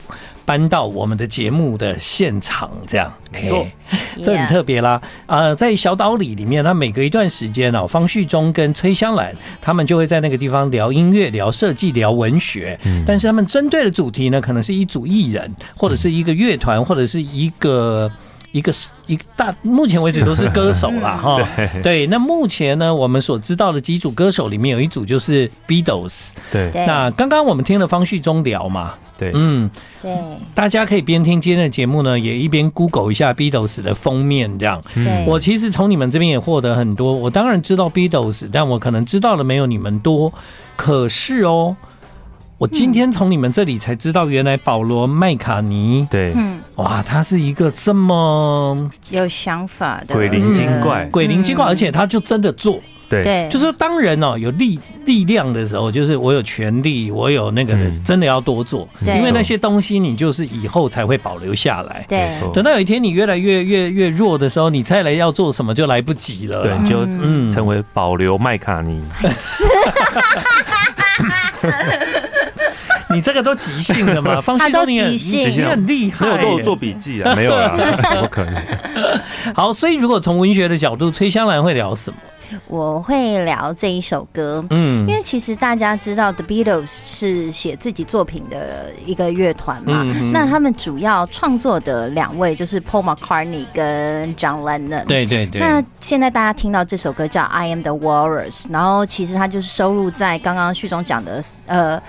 A: 搬到我们的节目的现场，这样。
B: 没错
A: 嘿这很特别啦。呃，在小岛里里面，他每隔一段时间哦，方旭中跟崔香兰他们就会在那个地方聊音乐、聊设计、聊文学。但是他们针对的主题呢，可能是一组艺人，或者是一个乐团，或者是一个。一个一个大，目前为止都是歌手啦，哈。
B: 哦
A: 对，那目前呢，我们所知道的几组歌手里面，有一组就是 Beatles。
B: 对
C: 对
A: 那刚刚我们听了方旭中聊嘛，
B: 对，
A: 嗯，
C: 对
A: 大家可以边听今天的节目呢，也一边 Google 一下 Beatles 的封面，这样。
C: 对，
A: 我其实从你们这边也获得很多，我当然知道 Beatles，但我可能知道的没有你们多。可是哦，我今天从你们这里才知道，原来保罗麦卡尼，
B: 对，
C: 嗯
A: 哇，他是一个这么
C: 有想法的
B: 鬼灵精怪
A: 鬼灵
C: 嗯
A: 精怪，而且他就真的做。
B: 对，
C: 对，
A: 就是说当人哦有力力量的时候，就是我有权利，我有那个的，
B: 嗯
A: 真的要多做，
C: 对
A: 因为那些东西你就是以后才会保留下来。
B: 没
C: 对
B: 错
A: 等到有一天你越来越越越弱的时候，你再来要做什么就来不及了
B: 对，
A: 啦。
B: 你就
A: 嗯
B: 成为保留麦卡尼。
C: 哎
A: 你这个都即兴的 嘛，方
C: 他
A: 旭
C: 都
A: 东你很
C: 即兴
A: 你很厉害
B: 没有，
A: 耶。
B: 都有做笔记啊，没有 啦，怎么可能？
A: 好，所以如果从文学的角度，崔香兰会聊什么？
C: 我会聊这一首歌。
A: 嗯
C: 因为其实大家知道，The Beatles 是写自己作品的一个乐团嘛。
A: 嗯哼
C: 那他们主要创作的两位就是 Paul McCartney 跟 John Lennon。
A: 对对对，
C: 那现在大家听到这首歌叫《I Am the Walrus》，然后其实它就是收录在刚刚旭中讲的呃。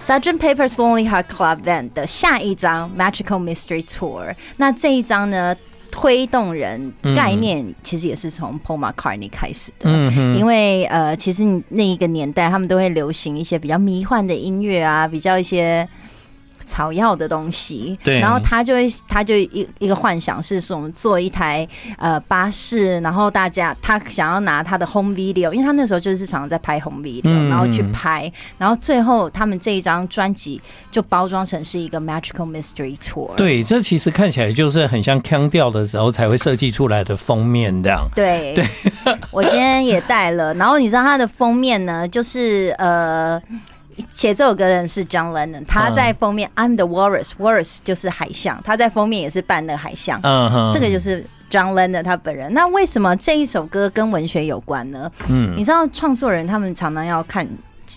C: Sgt. Pepper's Lonely Heart Club Band 的下一张《Magical Mystery Tour》，那这一张呢，推动人
A: 嗯
C: 概念其实也是从 Paul McCartney 开始的。
A: 嗯哼
C: 因为呃，其实你那一个年代，他们都会流行一些比较迷幻的音乐啊，比较一些草药的东西。
A: 对
C: 然后他就会，他就一一个幻想是说，我们做一台呃巴士，然后大家他想要拿他的 home video，因为他那时候就是常常在拍 home video，、
A: 嗯
C: 然后去拍，然后最后他们这一张专辑就包装成是一个 magical mystery tour。
A: 对，这其实看起来就是很像腔调的时候才会设计出来的封面这样。
C: 对，对 我今天也带了。然后你知道它的封面呢，就是呃。写这首歌的人是 John Lennon，他
A: 嗯
C: 在封面、I'm the Walrus，Walrus 就是海象，他在封面也是扮那个海象，
A: 嗯哼，
C: 这个就是 John Lennon 他本人。那为什么这一首歌跟文学有关呢？
A: 嗯
C: 你知道创作人他们常常要看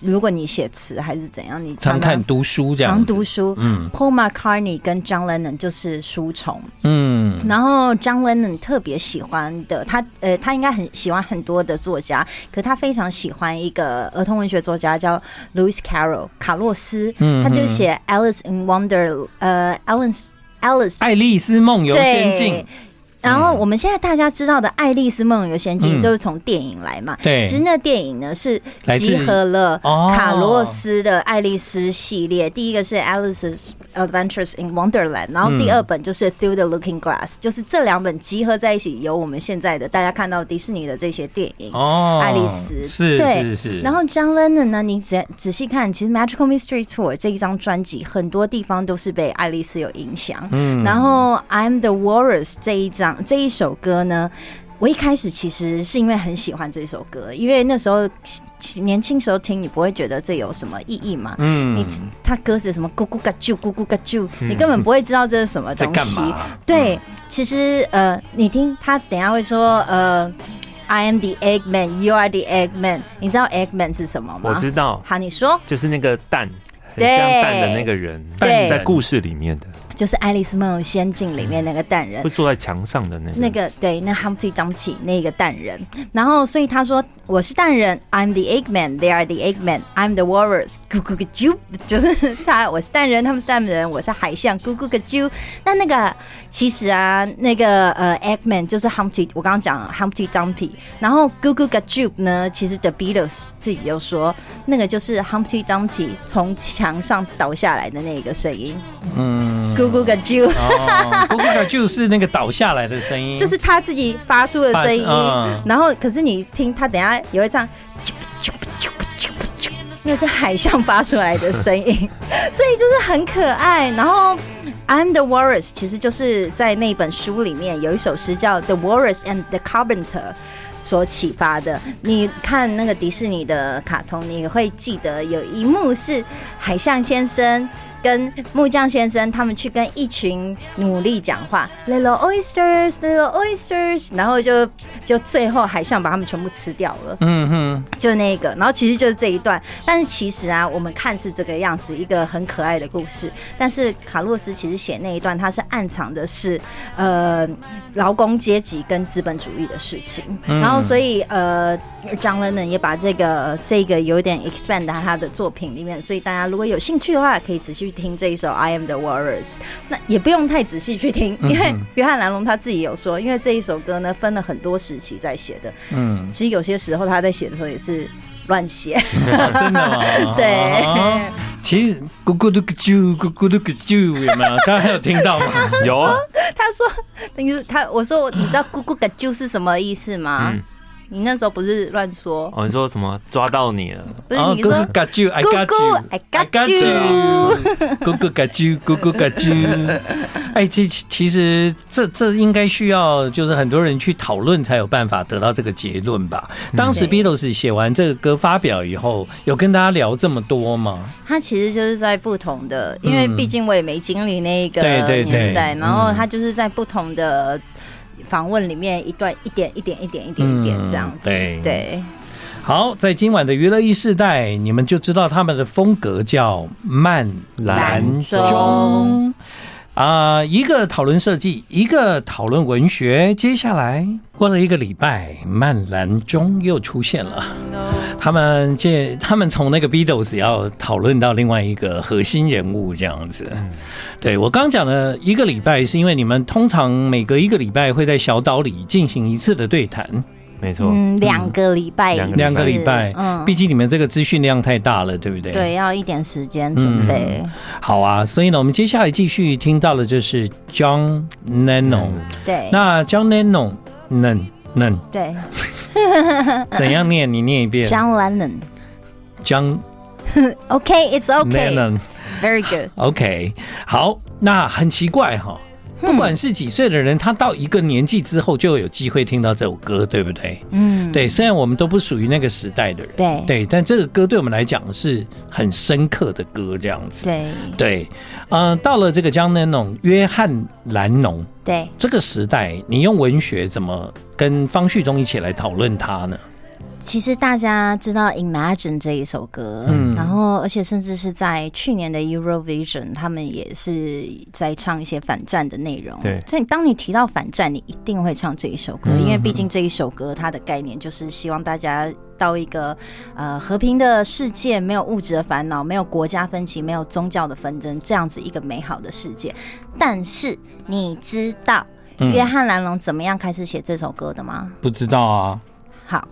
C: 如果你写词还是怎样，你
A: 常
C: 常
A: 看读书这样子，
C: 常读书。
A: 嗯
C: Paul McCartney 跟 John Lennon 就是书虫，
A: 嗯
C: 然后 John Lennon 特别喜欢的，他呃，他应该很喜欢很多的作家，可他非常喜欢一个儿童文学作家叫 Lewis Carroll 卡洛斯，
A: 嗯
C: 他就
A: 嗯
C: 写《Alice in Wonder》呃，《Alice Alice
A: 《爱丽丝梦游仙境》
C: 对，然后我们现在大家知道的《爱丽丝梦游仙境》
A: 嗯
C: 就是从电影来嘛，
A: 对
C: 其实那电影呢是
A: 来自于
C: 集合了
A: 哦
C: 卡洛斯的爱丽丝系列，第一个是《Alice's Adventures in Wonderland》，然后第二本
A: 嗯
C: 就是《Through the Looking Glass》，就是这两本集合在一起，有我们现在的大家看到迪士尼的这些电影。
A: 哦，
C: 爱丽丝
A: 是
C: 对
A: 是是，
C: 然后 John Lennon 呢？你仔仔细看，其实《Magical Mystery Tour》这一张专辑，很多地方都是被爱丽丝有影响。
A: 嗯
C: 然后《I'm the Walrus》这一张这一首歌呢，我一开始其实是因为很喜欢这首歌，因为那时候其年轻时候听，你不会觉得这有什么意义嘛。
A: 嗯
C: 你它歌词什么咕咕嘎啾咕咕嘎啾，你根本不会知道这是什么
A: 在
C: 东
A: 干
C: 西。
A: 嘛？嗯
C: 对，其实呃，你听他等一下会说呃，I am the Eggman, you are the Eggman。你知道 Eggman 是什么
B: 我
C: 吗？
B: 知道，
C: 好，你说
B: 就是那个蛋，很
C: 对
B: 像蛋的那个人，
C: 对
B: 在故事里面的，
C: 就是《爱丽丝梦游仙境》里面那个蛋人
B: 会。坐在墙上的那个。
C: 那个对，那 Humpty Dumpty 那个蛋人，然后所以他说我是蛋人，I'm the Eggman, they are the Eggman, I'm the Walrus，咕咕咕啾，就是他我是蛋人，他们是蛋人，我是海象，咕咕咕啾。那那个其实啊，那个呃 Eggman 就是 Humpty，我刚刚讲了 Humpty Dumpty，然后咕咕咕啾呢，其实 The Beatles 自己就说那个就是 Humpty Dumpty 从墙上倒下来的那个声音，
A: 嗯，
C: 咕咕咕啾。
A: 哦，咕咕咕就是那个倒下来的声音，
C: 就是他自己发出的声音，
A: 发嗯
C: 然后可是你听他等一下也会这样，那是海象发出来的声音， 所以就是很可爱。然后 I'm the Walrus 其实就是在那本书里面有一首诗叫 The Walrus and the Carpenter。所启发的，你看那个迪士尼的卡通，你会记得有一幕是海象先生跟木匠先生他们去跟一群努力讲话，little oysters, little oysters，然后就就最后海象把他们全部吃掉了，
A: 嗯哼，
C: 就那个，然后其实就是这一段，但是其实啊，我们看是这个样子，一个很可爱的故事，但是卡洛斯其实写那一段，他是暗藏的是呃劳工阶级跟资本主义的事情，
A: 嗯
C: 然后所以呃张 o 呢也把这个这个有点 expand 到他的作品里面，所以大家如果有兴趣的话，可以仔细去听这一首《I Am the Walrus》，那也不用太仔细去听，因为约翰·兰龙他自己有说，因为这一首歌呢分了很多时期在写的，
A: 嗯，
C: 其实有些时候他在写的时候也是 乱写，？
A: 哦真的吗
C: 对
A: 哦其实咕咕嘟咕啾，咕咕嘟咕啾，有没有？刚才有听到吗？
B: 有啊，
C: 他说，等于他我说你知道“咕咕嘎啾”是什么意思吗？
B: 嗯
C: 你那时候不是乱说，
B: 哦，你说什么抓到你了？
C: 不是
A: 哦
C: 你
A: 咕
C: 说。
A: 咕嘎啾，I
C: 咕
A: got
C: 咕
A: you，
C: I got you，
A: 咕咕嘎啾，咕咕嘎 啾。哎，其其其实这这应该需要就是很多人去讨论才有办法得到这个结论吧。当时
C: 对
A: Beatles 写完这个歌发表以后，有跟大家聊这么多吗？
C: 他其实就是在不同的，因为
A: 嗯
C: 毕竟我也没经历那一个
A: 对对对
C: 年代，
A: 嗯
C: 然后他就是在不同的访问里面一段一点一点一点一点一点
A: 嗯
C: 这样子，
A: 对
C: 对，
A: 好，在今晚的娱乐一世代，你们就知道他们的风格叫慢
B: 蓝
C: 中
A: 啊、一个讨论设计，一个讨论文学。接下来过了一个礼拜，曼兰中又出现了。他们这，他们从那个 Beatles 要讨论到另外一个核心人物这样子。对我刚讲的一个礼拜，是因为你们通常每隔一个礼拜会在小岛里进行一次的对谈。
B: 没错，
C: 嗯，两个礼拜一次，
A: 两个礼拜
C: 嗯
A: 毕，竟你们这个资讯量太大了，对不对？
C: 对，要一点时间
A: 嗯
C: 准备。
A: 好啊，所以呢，我们接下来继续听到的就是 John
B: 嗯
A: Lennon。
C: 对，
A: 那 John Lennon，能
C: 嗯
A: 能
C: 对
A: 怎样念？你念一遍。
C: 嗯，John Lennon。
A: John
C: OK，it's OK，very、
A: Lennon。
C: good。
A: OK，好，那很奇怪哈、
C: 嗯
A: 不管是几岁的人，他到一个年纪之后就有机会听到这首歌，对不对？
C: 嗯，
A: 对，虽然我们都不属于那个时代的人，
C: 对
A: 对，但这个歌对我们来讲是很深刻的歌，这样子。
C: 对
A: 对，嗯、到了这个江南农、约翰兰农
C: 对，
A: 这个时代，你用文学怎么跟方旭中一起来讨论他呢？
C: 其实大家知道《Imagine》这一首歌，
A: 嗯
C: 然后而且甚至是在去年的 Eurovision，他们也是在唱一些反战的内容。
B: 对
C: 在当你提到反战，你一定会唱这一首歌，
A: 嗯
C: 因为毕竟这一首歌它的概念就是希望大家到一个呃和平的世界，没有物质的烦恼，没有国家分歧，没有宗教的纷争，这样子一个美好的世界。但是你知道
A: 嗯
C: 约翰·兰龙怎么样开始写这首歌的吗？
A: 不知道啊，
C: 好，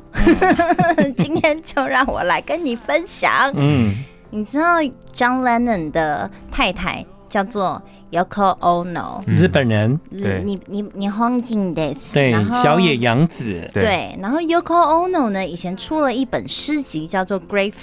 C: 今天就让我来跟你分享。
A: 嗯，
C: 你知道 John Lennon 的太太叫做 Yoko Ono，
B: 嗯
A: 日本人
B: 对
C: 你你你 h o n g i n 的
A: 对
C: 然后
A: 小野洋子，
B: 对
C: 对，然后 Yoko Ono 呢，以前出了一本诗集叫做《Grapefruit》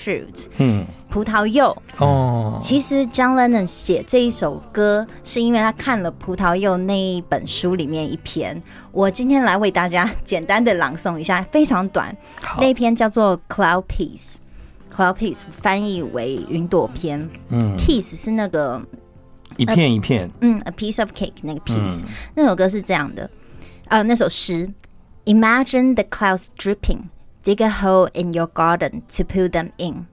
A: 嗯，
C: 葡萄柚。
A: 哦，
C: 其实 John Lennon 写这一首歌，是因为他看了《葡萄柚》那一本书里面一篇。我今天来为大家简单的朗诵一下，非常短。
A: 好，
C: 那篇叫做《Cloud Peace》，Cloud Peace 翻译为云朵篇。
A: 嗯，
C: Peace 是那个
A: 一片一片，
C: 嗯，A piece of cake 那个 piece、
A: 嗯
C: 那首歌是这样的，呃，那首诗，Imagine the clouds dripping, dig a hole in your garden to put them in。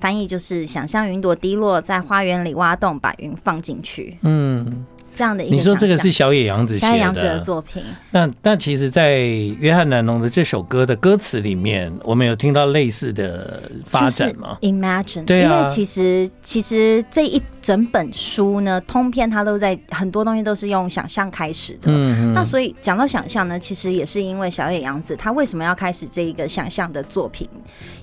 C: 翻译就是想象云朵滴落，在花园里挖洞，把云放进去，
A: 嗯，
C: 这样的一个
A: 你说这个是
C: 想
A: 小野洋子
C: 象
A: 写
C: 小野洋子的
A: 的，
C: 作品，
A: 那那其实，在约翰·南农的这首歌的歌词里面，我们有听到类似的发展吗？
C: 就是、？Imagine，
A: 对啊
C: 因为其实其实这一整本书呢，通篇它都在很多东西都是用想象开始的。
A: 嗯
C: 那
A: 嗯
C: 所以讲到想象呢，其实也是因为小野洋子她为什么要开始这一个想象的作品，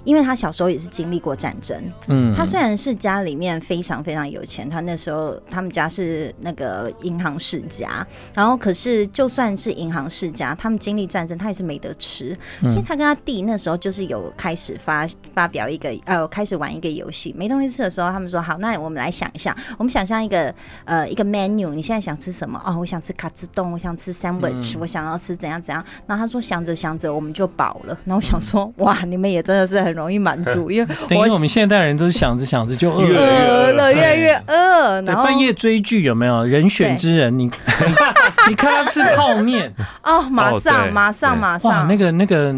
C: 因为她小时候也是经历过战争。
A: 嗯，
C: 她虽然是家里面非常非常有钱，她那时候他们家是那个银行世家，然后可是就算是银行世家，他们经历战争，她也是没得吃。
A: 嗯
C: 所以她跟她弟那时候就是有开始发发表一个呃，开始玩一个游戏，没东西吃的时候，他们说好，那我们来想一下，我们想象一个呃一个 menu，你现在想吃什么？哦，我想吃卡兹冻，我想吃
A: 嗯
C: sandwich，、我想要吃怎样怎样。然后他说想着想着我们就饱了，然后我想说、哇，你们也真的是很容易满 足，因为
A: 嗯对，因为我们现代人都是想着想着就饿
B: 越
A: 了。
C: 饿了，呃越来越饿，
A: 对，
C: 然后
A: 半夜追剧有没有人选之人？你 你看他吃泡 面，
C: 哦，马
B: 哦
C: 上
B: 对
C: 马上
B: 对
C: 马
A: 哇，
C: 上
A: 那个那个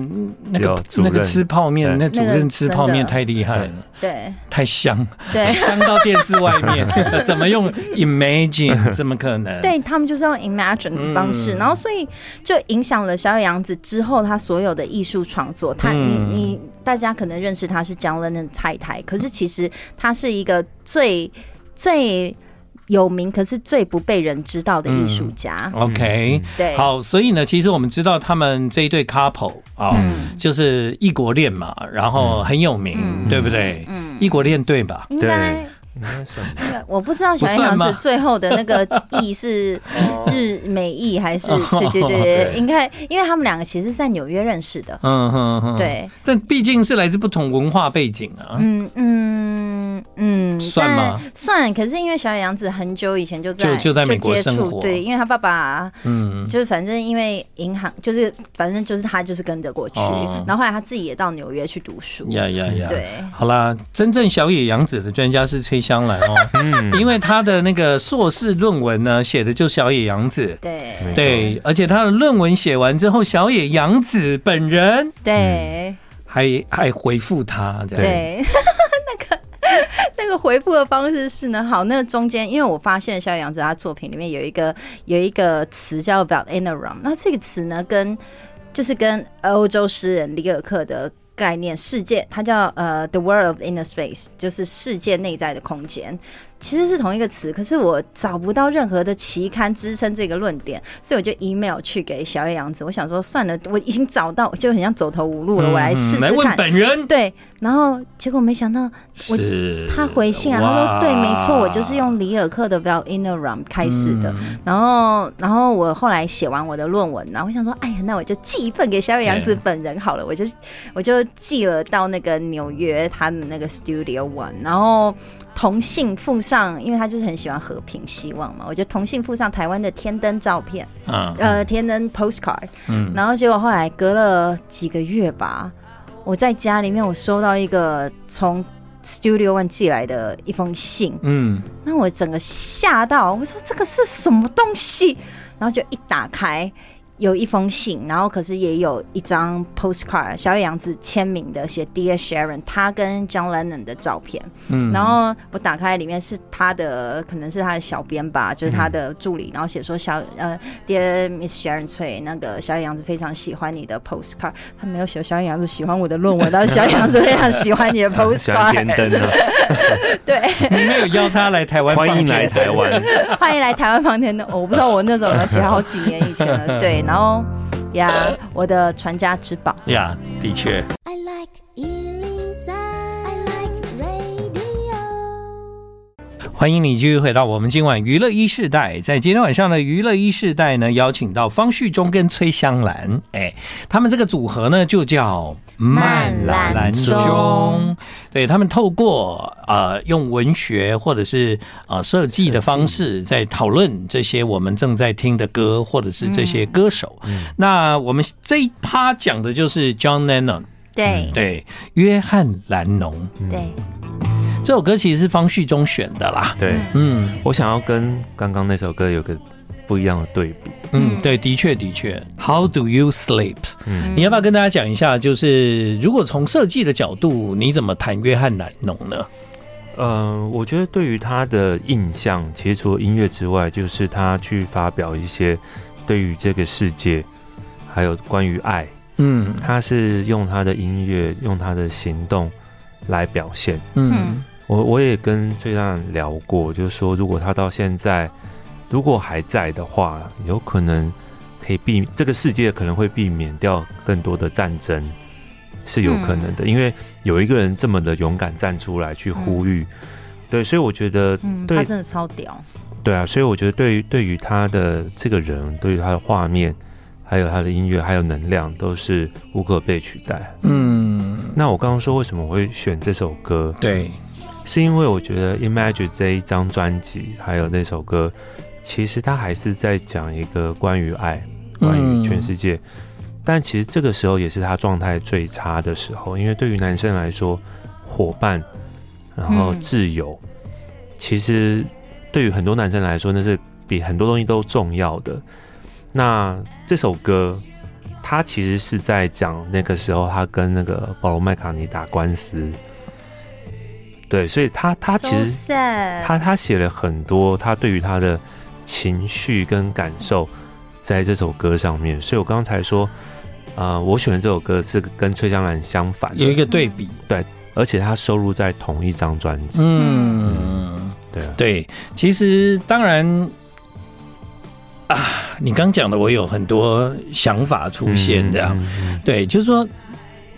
A: 那
B: 有
A: 个
B: 主
A: 那个
B: 任
A: 吃泡面，那
B: 对
A: 主任吃泡面
C: 那个真的
A: 太厉害了，
C: 对
A: 太香，
C: 对。
A: 香到电视外 面，怎么用 imagine？怎么可能？
C: 对他们就是用 imagine 的方式，
A: 嗯
C: 然后所以就影响了小野洋子之后她所有的艺术创作。她、
A: 嗯
C: 你你大家可能认识她是 John Lennon 的太太，可是其实她是一个最最有名，可是最不被人知道的艺术家。
A: ，OK，
C: 对，
A: 嗯好，所以呢，其实我们知道他们这一对 couple 啊、就是异国恋嘛，然后很有名，
C: 嗯
A: 对不对？
C: 嗯，
A: 异国恋对吧？
C: 应该
B: 对。
C: 我不知道小野
A: 不算
C: 洋
A: 吗
C: 子最后的 那个意是日美意还是
A: 哦
C: 对对对，
B: 对
C: 应该因为他们两个其实是在纽约认识的，
A: 嗯哼哼，。
C: 对，
A: 但毕竟是来自不同文化背景啊，
C: 嗯嗯嗯，
A: 算吗
C: 但？算，可是因为小野洋子很久以前就在
A: 就就在美国
C: 接
A: 生
C: 触
A: 活
C: 对，因为他爸爸
A: 嗯
C: 就是反正因为银行就是反正就是他就是跟着过去，
A: 哦
C: 然后后来他自己也到纽约去读书，
A: 呀呀呀，
C: 对，
A: 好啦，真正小野洋子的专家是崔香兰哦，
B: 嗯
A: 因为她的那个硕士论文呢，写的就是小野洋子。
C: 对
B: 没错
A: 对，而且她的论文写完之后，小野洋子本人
C: 对
A: 还还回复她，这样
C: 对， 那个那个回复的方式是呢，好，那中间因为我发现萧洋子他作品里面有一个有一个词叫 about inner room，那这个词呢跟就是跟欧洲诗人里尔克的。概念世界，它叫呃、the world of inner space，就是世界内在的空间，其实是同一个词，可是我找不到任何的期刊支撑这个论点，所以我就 email 去给小野洋子，我想说算了，我已经找到，就很像走投无路了，我来试试
A: 嗯来
C: 看。
A: 问本人，
C: 对，然后结果没想到我
A: 是
C: 他回信啊，他说对，没错，我就是用里尔克的《Val Inner Rum》开始的。
A: 嗯
C: 然后，然后我后来写完我的论文，然后我想说，哎呀，那我就寄一份给小野洋子
A: 对
C: 本人好了，我就我就寄了到那个纽约他的那个 Studio One，然后同信附上，因为他就是很喜欢和平希望嘛，我就同信附上台湾的天灯照片，
A: 啊，
C: 呃，天灯 postcard，
A: 嗯，
C: 然后结果后来隔了几个月吧，我在家里面我收到一个从 Studio One 寄来的一封信，
A: 嗯，
C: 那我整个吓到，我说这个是什么东西？然后就一打开，有一封信，然后可是也有一张 postcard，小野洋子签名的，写 Dear Sharon，他跟 John Lennon 的照片。
A: 嗯
C: 然后我打开里面是他的，可能是他的小编吧，
B: 嗯
C: 就是他的助理，然后写说小呃，Dear Miss Sharon 翠，那个小野洋子非常喜欢你的 postcard，他没有写小野洋子喜欢我的论文，但是小野洋子非常喜欢你的
B: 喜欢天
C: postcard，
B: 灯啊，
C: 对，
A: 你没有邀他来台湾，
B: 欢迎来台。湾。
C: 欢迎来台湾放天灯、哦我不知道我那时候有没有写好几年以前了， 对，然后呀，我的传家之宝。
A: 呀， 的确，
D: I like Ealing Sound. I like radio.
A: 欢迎你继续回到我们今晚娱乐一世代。在今天晚上的娱乐一世代呢，邀请到方旭中跟崔香兰，哎，他们这个组合呢就叫
C: 慢兰中
A: 对他们透过呃用文学或者是呃设计的方式，在讨论这些我们正在听的歌，或者是这些歌手。那我们这一趴讲的就是 John Lennon，
C: 对
A: 对，约翰兰农
B: 嗯
C: 对，
A: 这首歌其实是方旭中选的啦。
B: 对
A: 嗯，
B: 我想要跟刚刚那首歌有个不一样的对比。
A: 嗯，对，的确的确。How do you sleep？
B: 嗯
A: 你要不要跟大家讲一下？就是如果从设计的角度，你怎么谈约翰·兰农呢？
B: 呃，我觉得对于他的印象，其实除了音乐之外，就是他去发表一些对于这个世界，还有关于爱，
A: 嗯
B: 他是用他的音乐，用他的行动来表现。
A: 嗯
B: 我我也跟崔亮聊过，就是说，如果他到现在，如果还在的话，有可能可以避这个世界可能会避免掉更多的战争，是有可能的，因为有一个人这么的勇敢站出来去呼吁，对，所以我觉得，
C: 嗯，
B: 对
C: 他真的超屌，
B: 对啊，所以我觉得对于对于他的这个人，对于他的画面，还有他的音乐，还有能量，都是无可被取代。
A: 嗯，
B: 那我刚刚说为什么我会选这首歌，
A: 对，
B: 是因为我觉得《Imagine》这一张专辑，还有那首歌，其实它还是在讲一个关于爱，
A: 嗯
B: 关于全世界。但其实这个时候也是他状态最差的时候，因为对于男生来说，伙伴，然后
C: 嗯
B: 挚友，其实对于很多男生来说，那是比很多东西都重要的。那这首歌，它其实是在讲那个时候他跟那个保罗麦卡尼打官司，对，所以他他其实
C: so sad
B: 他他写了很多他对于他的情绪跟感受在这首歌上面，所以我刚才说，呃，我选的这首歌是跟崔香兰相反
A: 有一个
B: 的，
A: 对比。
B: 而且它收录在同一张专辑，
A: 嗯，
B: 对啊，
A: 对，其实当然啊，你刚讲的，我有很多想法出现，这样。
B: 嗯，嗯
A: 对，就是说。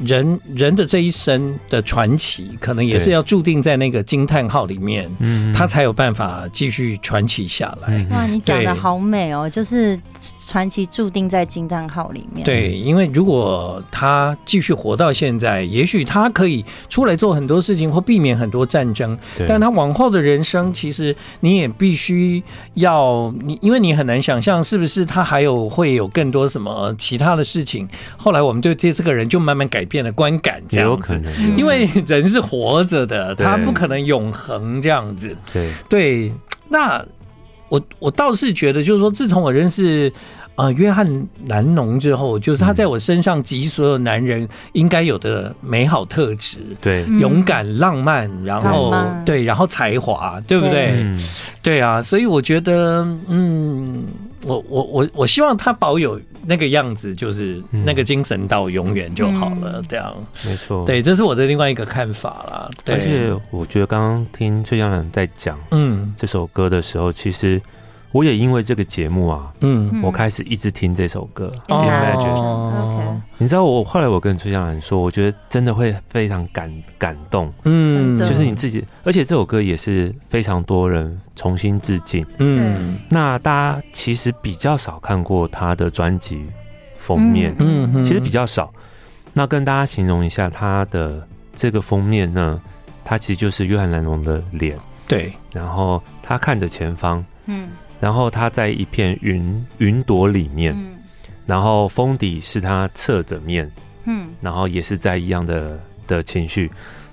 A: 人人的这一生的传奇，可能也是
B: 对
A: 要注定在那个惊叹号里面，
B: 嗯嗯嗯哎
A: 他才有办法继续传奇下来。
C: 哇，你讲的
A: 对
C: 好美哦，就是传奇注定在金蛋号里面。
A: 对，因为如果他继续活到现在，也许他可以出来做很多事情，或避免很多战争。
B: 对
A: 但他往后的人生，其实你也必须要你，因为你很难想象是不是他还有会有更多什么其他的事情。后来我们对对这个人就慢慢改变了观感，这
B: 也有
A: 样
B: 可
A: 子。
B: 能，
C: 嗯
A: 因为人是活着的，
B: 对
A: 他不可能永恒这样子。
B: 对，
A: 对，那我我倒是觉得，就是说，自从我认识呃约翰·兰农之后，就是
B: 嗯
A: 他在我身上集所有男人应该有的美好特质。
B: 对，
C: 嗯
A: 勇敢、浪漫，然后
C: 浪漫
A: 对，然后才华，对不
C: 对
A: 对？
B: 嗯，
A: 对啊，所以我觉得，嗯，我我我我希望他保有那个样子，就是
B: 嗯
A: 那个精神到永远就好了。
C: 嗯
A: 这样，
B: 没错，。
A: 对，这是我的另外一个看法啦。对，
B: 而且我觉得刚刚听崔香兰在讲
A: 嗯
B: 这首歌的时候，其实我也因为这个节目啊，
A: 嗯，
C: 嗯
B: 我开始一直听这首歌。
C: 哦
B: Imagine，
A: 哦
B: 你知道我后来我跟崔香兰说，我觉得真的会非常感感动，
A: 嗯，
C: 真的
B: 就是你自己，而且这首歌也是非常多人重新致敬。
A: 嗯
B: 那大家其实比较少看过他的专辑封面，
A: 嗯哼，
B: 其实比较少。那跟大家形容一下他的这个封面呢，它其实就是约翰·兰农的脸，
A: 对，
B: 然后他看着前方，
C: 嗯
B: 然后他在一片云云朵里面，
C: 嗯
B: 然后封底是他侧着面，
C: 嗯
B: 然后也是在一样的的情绪。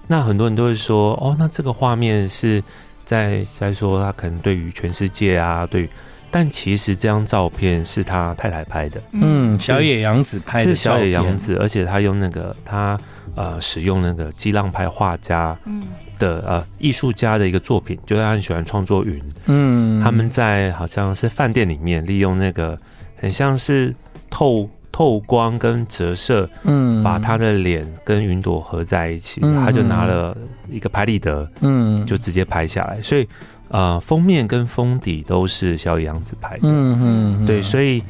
B: 那很多人都会说，哦，那这个画面是在在说他可能对于全世界啊，对于但其实这张照片是他太太拍的，
A: 嗯，小野洋子拍的
B: 是小野
A: 照片
B: 洋，子，而且他用那个他呃使用那个激浪派画家
C: 嗯
B: 的呃艺术家的一个作品，就是他很喜欢创作云，
A: 嗯，
B: 他们在好像是饭店里面利用那个很像是透透光跟折射，
A: 嗯
B: 把他的脸跟云朵合在一起，
A: 嗯
B: 他就拿了一个拍立得
A: 嗯
B: 就直接拍下来，所以呃封面跟封底都是小野洋子拍的，
A: 嗯嗯嗯
B: 对，所以。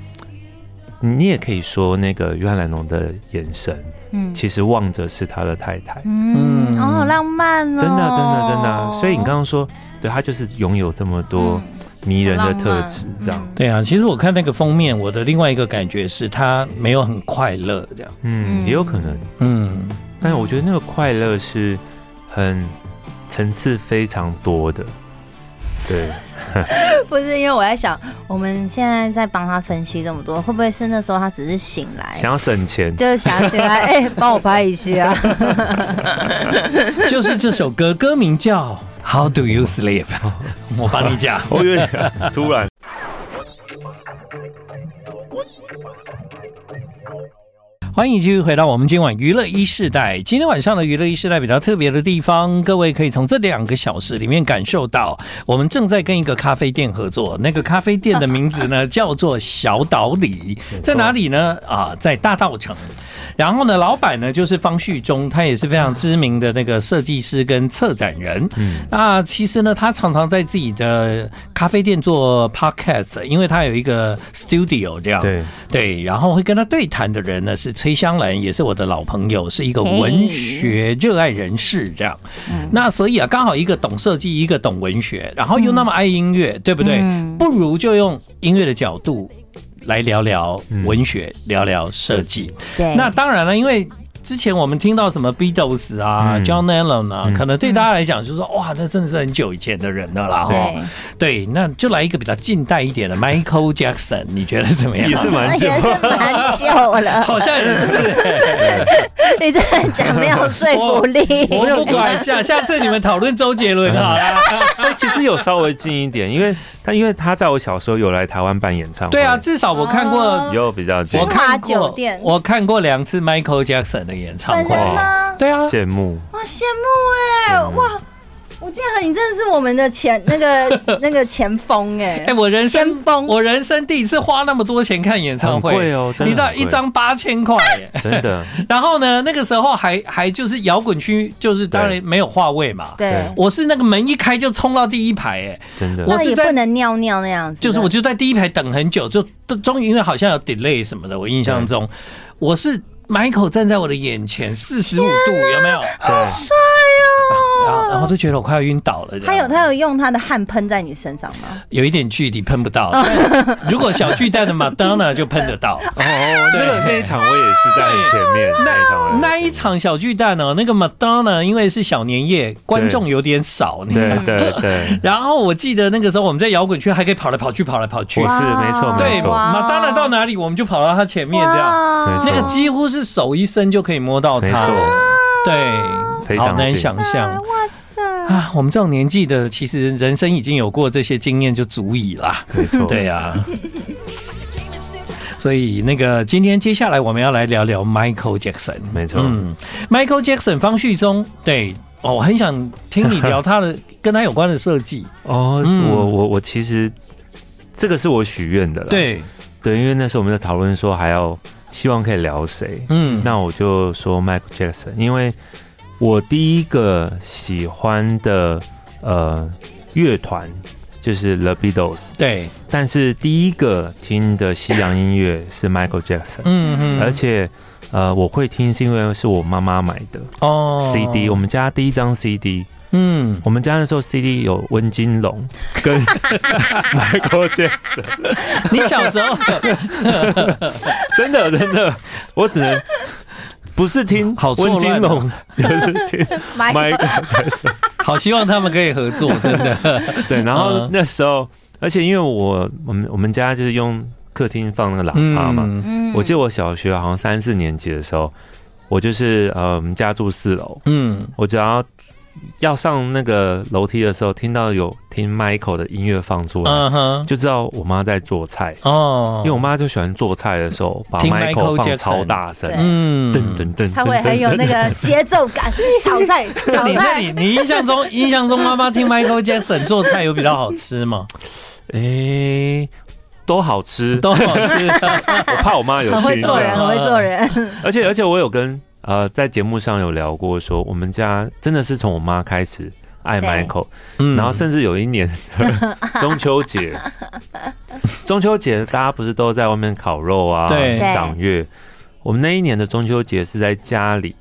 B: 你也可以说，那个约翰·兰农的眼神，
C: 嗯
B: 其实望着是他的太太，
A: 嗯
C: 嗯，哦哦，好浪漫哦，
B: 真的，真的，真的啊。所以你刚刚说，对他就是拥有这么多
C: 嗯
B: 迷人的特质，这样，
A: 对啊，其实我看那个封面，我的另外一个感觉是他没有很快乐这样。
B: 嗯，
C: 嗯
B: 也有可能。
A: 嗯
B: 但是我觉得那个快乐是很层次非常多的，对，
C: 不是因为我在想，我们现在在帮他分析这么多，会不会是那时候他只是醒来，
B: 想要省钱，
C: 就是想起来，哎、帮我拍一下。
A: 就是这首歌， 歌名叫《How Do You Sleep》，我 帮你讲。
B: 我有点突然。
A: 欢迎继续回到我们今晚娱乐一世代。今天晚上的娱乐一世代比较特别的地方，各位可以从这两个小时里面感受到，我们正在跟一个咖啡店合作。那个咖啡店的名字呢，叫做小岛里，在哪里呢？啊，在大道城。然后呢，老板呢就是方旭中，他也是非常知名的那个设计师跟策展人。
B: 嗯，
A: 那其实呢，他常常在自己的咖啡店做 podcast，因为他有一个 studio 这样。
B: 对，
A: 对，然后会跟他对谈的人呢是崔香兰，也是我的老朋友，是一个文学热爱人士这样。
C: 嗯
A: 那所以啊，刚好一个懂设计，一个懂文学，然后又那么爱音乐，对不对？
C: 嗯
A: 不如就用音乐的角度来聊聊文学，聊聊设计。
C: 对，
A: 那当然了，因为。之前我们听到什么 Beatles 啊、
B: 嗯
A: John Lennon 啊，
B: 嗯
A: 可能对大家来讲就是说，哇，那真的是很久以前的人了啦，哈。对，
C: 对，
A: 那就来一个比较近代一点的 Michael Jackson，你觉得怎么样？
B: 也是蛮
C: 而
B: 久
C: 且。是 蛮久了，
A: 好像也是，
C: 你这样讲没有说服力。
A: 我不管下，下次你们讨论周杰伦好了。
B: 哎其实有稍微近一点，因为他因为他在我小时候有来台湾办演唱会，
A: 对啊，，至少我看过，
B: 有比较近
A: 我，看
C: 哦金华酒
A: 过
C: 店，
A: 我看过两次 Michael Jackson 的演唱
C: 本
A: 会
C: 人。吗？
A: 对啊，
B: 羡慕，
C: 哇，羡慕哎、
B: 羡慕
C: 哇！我记得你真的是我们的前那个那个前锋哎、
A: 哎，我人
C: 先
A: 生
C: 锋
A: 我人生第一次花那么多钱看演唱
B: 很贵
A: 会
B: 哦真的
A: 你知道
B: 很贵
A: 一张八千 块耶。
B: 真 的，
A: 然后呢，那个时候还还就是摇滚区，就是当然
B: 对
A: 没有话位嘛。
C: 对，
A: 我是那个门一开就冲到第一排，哎，
B: 真的，
A: 我
C: 那
A: 是
C: 也
A: 在
C: 不能尿尿那样子的，
A: 就是我就在第一排等很久，就都终于因为好像有 delay 什么的，我印象中我是 Michael 站在我的眼前四十五度，
C: 啊
A: 有没有？
B: 对，
C: 帅哦、
A: 然后啊然后都觉得我快要晕倒了。这样
C: 他有他有用他的汗喷在你身上吗？
A: 有一点距离喷不 到，但如果小巨蛋的 Madonna 就喷得到。
B: 哦，哦那个
A: 对
B: 那一场我也是在很前面，那一场我也是
A: 那一场小巨蛋哦，那个 Madonna 因为是小年夜，观众有点少，你知道
B: 对对 对，
A: 然后我记得那个时候我们在摇滚区还可以跑来跑去，跑来跑去
B: 我。是
C: 哇
B: 没错
A: 对
B: 没错，
C: 哇
A: ，Madonna 到哪里我们就跑到她前面这样。
C: 哇
A: 那
B: 没
A: 个
B: 错
A: 几乎是手一伸就可以摸到
B: 嗯没
A: 它。
B: 错，
A: 对，
B: 非
A: 好
B: 常
A: 难
B: 近
A: 想象
C: 哇塞！
A: 啊！我们这种年纪的，其实人生已经有过这些经验就足以啦。
B: 没错，
A: 对啊呀、所以那个今天接下来我们要来聊聊 Michael Jackson。
B: 没错，
A: 嗯 Michael Jackson 方旭中，对哦，我很想听你聊他的跟他有关的设计。
B: 哦，
A: 嗯
B: 我我我其实这个是我许愿的啦，
A: 对，
B: 对，因为那时候我们在讨论说还要希望可以聊谁，
A: 嗯，
B: 那我就说 Michael Jackson，因为我第一个喜欢的呃乐团就是 The Beatles，
A: 对，
B: 但是第一个听的西洋音乐是 Michael Jackson，
A: 嗯嗯，
B: 而且呃我会听是因为是我妈妈买的。
A: 哦
B: CD，我们家第一张 CD，
A: 嗯，
B: 我们家那时候 CD 有温金龙 跟 Michael Jackson，
A: 你小时 候
B: 真的真的，我只能不是听
A: 好错
B: 温
A: 乱
B: 金
A: 哦
B: 龙，就是 听
C: 买
B: Michael Jackson。
A: 好希望他们可以合作，真的。
B: 对，然后
A: 嗯
B: 那时候，而且因为我我们我们家就是用客厅放那个喇叭啊嘛，
A: 嗯
C: 嗯
B: 我记得我小学好嗯像三四年级的时候，我就是呃我们家住四楼，
A: 嗯
B: 我只要要上那个楼梯的时候，听到有听 Michael 的音乐放出来，
A: 嗯哼，
B: 就知道我妈在做菜。
A: 哦
B: 因为我妈就喜欢做菜的时候把
A: 听
B: Michael
A: Michael
B: 放
A: Jackson
B: 超大声，
C: 对
A: 嗯
B: 噔噔噔，
C: 他会
B: 噔
C: 很有那。
B: 噔
C: 个节奏感，炒菜
A: 那
C: 炒
A: 你那
C: 菜
A: 你你印象中印象中妈妈听 Michael Jackson 做菜有比较好吃吗？
B: 哎，都 好吃，
A: 都好吃，
B: 我怕我妈有
C: 很会
B: 听
C: 做人，很会做人，
B: 而且而且我有跟呃在节目上有聊过说，我们家真的是从我妈开始爱
C: 对
B: Michael，
A: 嗯
B: 然后甚至有一年中秋节，中秋节大家不是都在外面烤肉啊，
A: 对
C: 对
B: 赏月。我们那一年的中秋节是在家里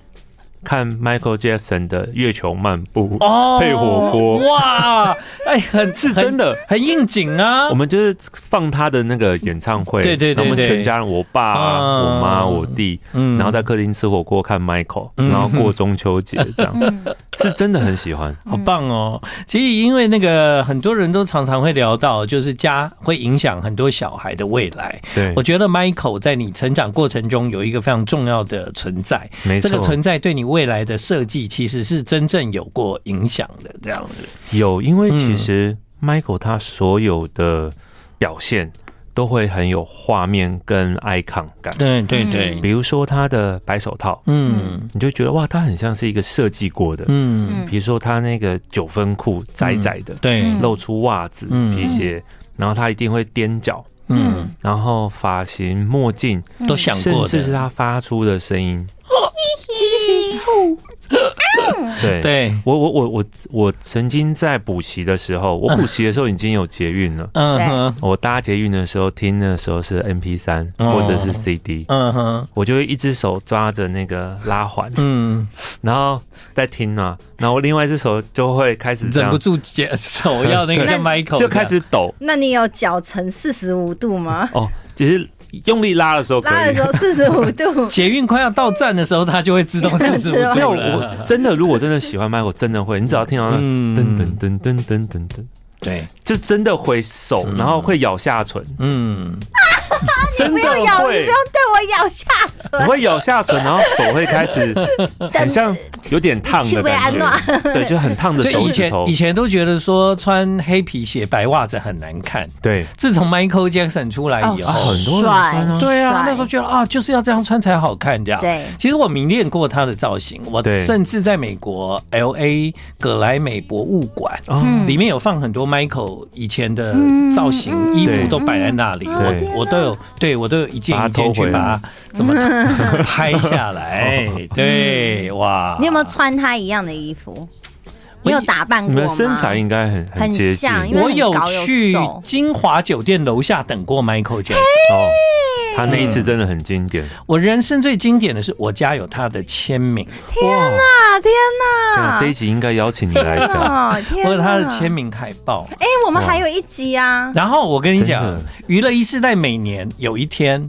B: 看 Michael Jackson 的《月球漫步》，
A: 哦
B: 配火锅
A: 哇，哎，很
B: 是真
A: 的
B: 的。
A: 很应景啊
B: 我。们就是放他的那个演唱会，
A: 对对对
B: 然后我们
A: 对
B: 全家人，我爸、
A: 啊
B: 我妈、我弟，
A: 嗯
B: 然后在客厅吃火锅看 Michael，
A: 嗯
B: 然后过中秋节这样，
C: 嗯
B: 是真的很喜欢。
A: 好棒哦！其实因为那个很多人都常常会聊到，就是家会影响很多小孩的未来。
B: 对
A: 我，觉得 Michael 在你成长过程中有一个非常重要的存在，
B: 没
A: 这个
B: 错，
A: 存在对你未来的设计其实是真正有过影响的。这样子，
B: 有，因为其
A: 嗯
B: 实 Michael 他所有的表现都会很有画面跟 icon 感，
A: 对对对，
B: 比如说他的白手套，
A: 嗯
B: 你就觉得哇，他很像是一个设计过的。
A: 嗯，
B: 比如说他那个九分裤窄窄的，
A: 对，
C: 嗯
B: 露出袜子、
A: 嗯
B: 皮鞋，然后他一定会踮脚，
A: 嗯，
B: 然后发型、墨镜，
A: 都想
B: 甚
A: 过
B: 至是
A: 的，
B: 他发出的声音。
A: 哦
B: 对，
A: 对，
B: 我我我我我曾经在补习的时候，我补习的时候已经有捷运了。
A: 嗯哼，
B: 我搭捷运的时候听的时候是 M P 三
A: 哦
B: 或者是 C D，、
A: 嗯哼，
B: 我就会一只手抓着那个拉环，
A: 嗯，
B: 然后在听啊，然后我另外一只手就会开始这
A: 忍
B: 样
A: 不，住解手要 那个
B: 对
A: 像 Michael，
B: 就开始抖。
C: 那你有脚呈四十五度吗？
B: 哦，只是用力拉的时候可
C: 拉的
B: 以
C: 时。候四十五度
A: 捷运快要到站的时候，它就会自动四 十五
B: 没有，
A: 度
B: 我
A: 了。
B: 真的，如果真的喜欢麦，我真的会。你只要听到那
A: 嗯
B: 噔噔噔噔噔噔噔，
A: 对，
B: 就真的会手，然后会咬下唇，
A: 嗯，
B: 真
C: 不
B: 的
C: 要咬，你
B: 会
C: 不要，对我咬下唇。
B: 我会咬下唇，然后手会开始 很像有点烫的感
C: 去维安
B: 觉， 对，就很烫的
A: 所以
B: 手
A: 以
B: 指
A: 前
B: 头
A: 以，前都觉得说穿黑皮鞋、白袜子很难看，
B: 对，
A: 自从 Michael Jackson 出来以
B: 啊，
A: 后，
B: 很多人穿啊
C: 帅
A: 哎对啊
C: 帅，
A: 那时候觉得啊，就是要这样穿才好看，这样。
C: 对
A: 其实我迷恋过他的造型，我
B: 对
A: 甚至在美国 L A 葛莱美博物馆。
B: 哦
C: 嗯
A: 里面有放很多 Michael 以前的造型、
C: 嗯
A: 衣服都摆在那里，
B: 对
A: 我我都有，对我都有一件
B: 把它
A: 一件
B: 偷
A: 去
B: 回来哦
A: 把它怎么 拍下来。对，哇，
C: 嗯你有没有穿他一样的衣服？你有打扮
B: 你
C: 过
B: 们
C: 吗？
B: 身材应该很
C: 很
B: 很接近
C: 像因为
A: 我有
C: 很高又
A: 去
C: 瘦
A: 金华酒店楼下等过 Michael Jackson。
B: 哦。他那一次真的很经典，
A: 我人生最经典的是我家有他的签名，
B: 哇！
C: 啊！天
B: 对
C: 哪！
B: 这一集应该邀请你来讲，
C: 哦，天
A: 我有
C: 哪！
A: 他的签名海报。
C: 哎，我们
B: 哇
C: 还有一集啊！
A: 然后我跟你讲
B: 真的，
A: 娱乐一世代每年有一天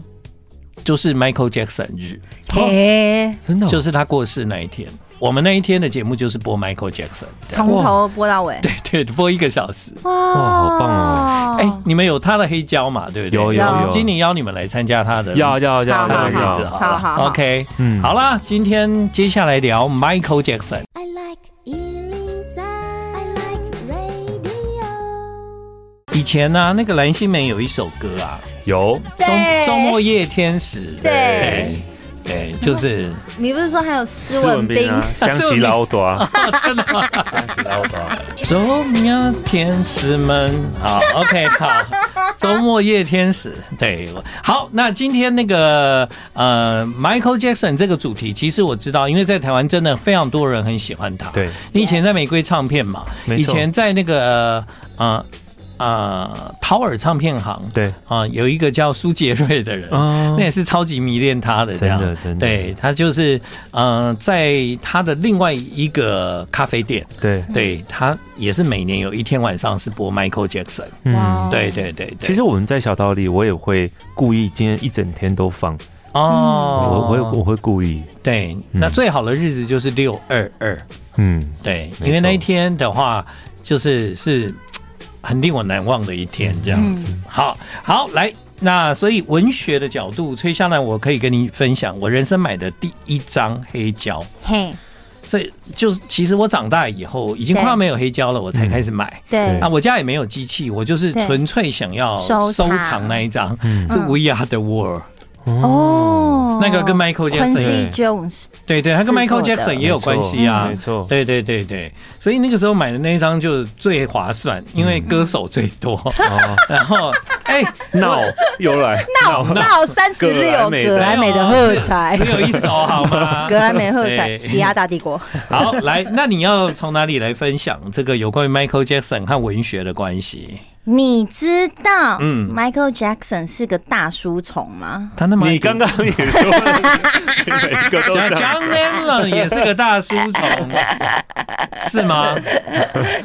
A: 就是 Michael Jackson 日，
C: 嘿，
B: 真的哦
A: 就是他过世那一天。我们那一天的节目就是播 Michael Jackson，这样
C: 从头播到尾。
A: 对对，播一个小时。
C: 哇，
B: 好棒哦
A: 哎、你们有他的黑胶嘛？对不对？
B: 有
C: 有
A: 我
C: 有
A: 今年邀你们来参加他的
B: 要要要
C: 好
A: 那
B: 要
A: 个日
B: 要
A: 子，
C: 好
A: 了
C: 好好
A: OK，
B: 嗯
A: 好啦，今天接下来聊 Michael Jackson。
D: I like Ealing Sound. I like radio.
A: 以前呢、那个蓝心湄有一首歌啊，
B: 有
A: 周
C: 对
A: 周末夜天使，
C: 对
A: 对，就是
C: 你不是说还有斯文斌？
B: 啊，
A: 斯文
B: 香
A: 彬
B: 琪老多，
A: 真的吗
B: 香琪老多，
A: 周末天使们，好 ，OK，好，周末夜天使，对，我好，那今天那个呃，Michael Jackson 这个主题，其实我知道，因为在台湾真的非常多人很喜欢他。
B: 对，
A: 你以前在玫瑰唱片嘛，
B: 没错
A: 以前在那个呃呃陶尔唱片行，
B: 对
A: 啊、有一个叫苏杰瑞的人，
B: 啊
A: 那也是超级迷恋他的，这样
B: 真的真的
A: 对他就是嗯、呃在他的另外一个咖啡店。
B: 对，
A: 对他也是每年有一天晚上是播 Michael Jackson，
B: 嗯。
A: 对对对对。
B: 其实我们在小道里，我也会故意今天一整天都放，
A: 哦，
B: 我我也我会故意，
A: 对，
B: 嗯
A: 那最好的日子就是六二二，
B: 嗯，
A: 对，
B: 错
A: 因为那一天的话就是是嘖很令我难忘的一天，这
B: 嗯
A: 样子。好好来，那所以文学的角度，崔香兰，我可以跟你分享我人生买的第一张黑胶，
C: 嘿，
A: 这就是其实我长大以后已经快要没有黑胶了，我才开始买。
C: 对
B: 对
A: 啊，我家也没有机器，我就是
C: 嗯对
A: 纯粹想要
C: 收藏
A: 收藏那一张，
B: 嗯
A: 是 We Are the World，、
C: 哦，
A: 那个跟 Michael Jackson 有
C: Quincy Jones
A: 对对，他跟
C: 制作
A: Michael
C: 哦的
A: Jackson 也有关系啊
B: 没。错，
A: 对对对对，所以那个时候买的那一张就最划算，因为歌手最多。
B: 嗯哦，
A: 然后，哎、
B: 闹又来闹
C: 到三十六格莱美的喝 彩
A: 只，有啊一首好吗？
C: 格莱美喝彩，
A: 啊
C: 啊
A: 对
C: 西亚大帝国。
A: 好，来，那你要从哪里来分享这个有关于 Michael Jackson 和文学的关系？
C: 你知道，
A: 嗯
C: m i c h a e l Jackson 是个大书虫吗？
A: 他那么
B: 你刚刚也说了，每个都
A: 讲
B: 讲
A: John Lennon 也是个大书 虫，是吗？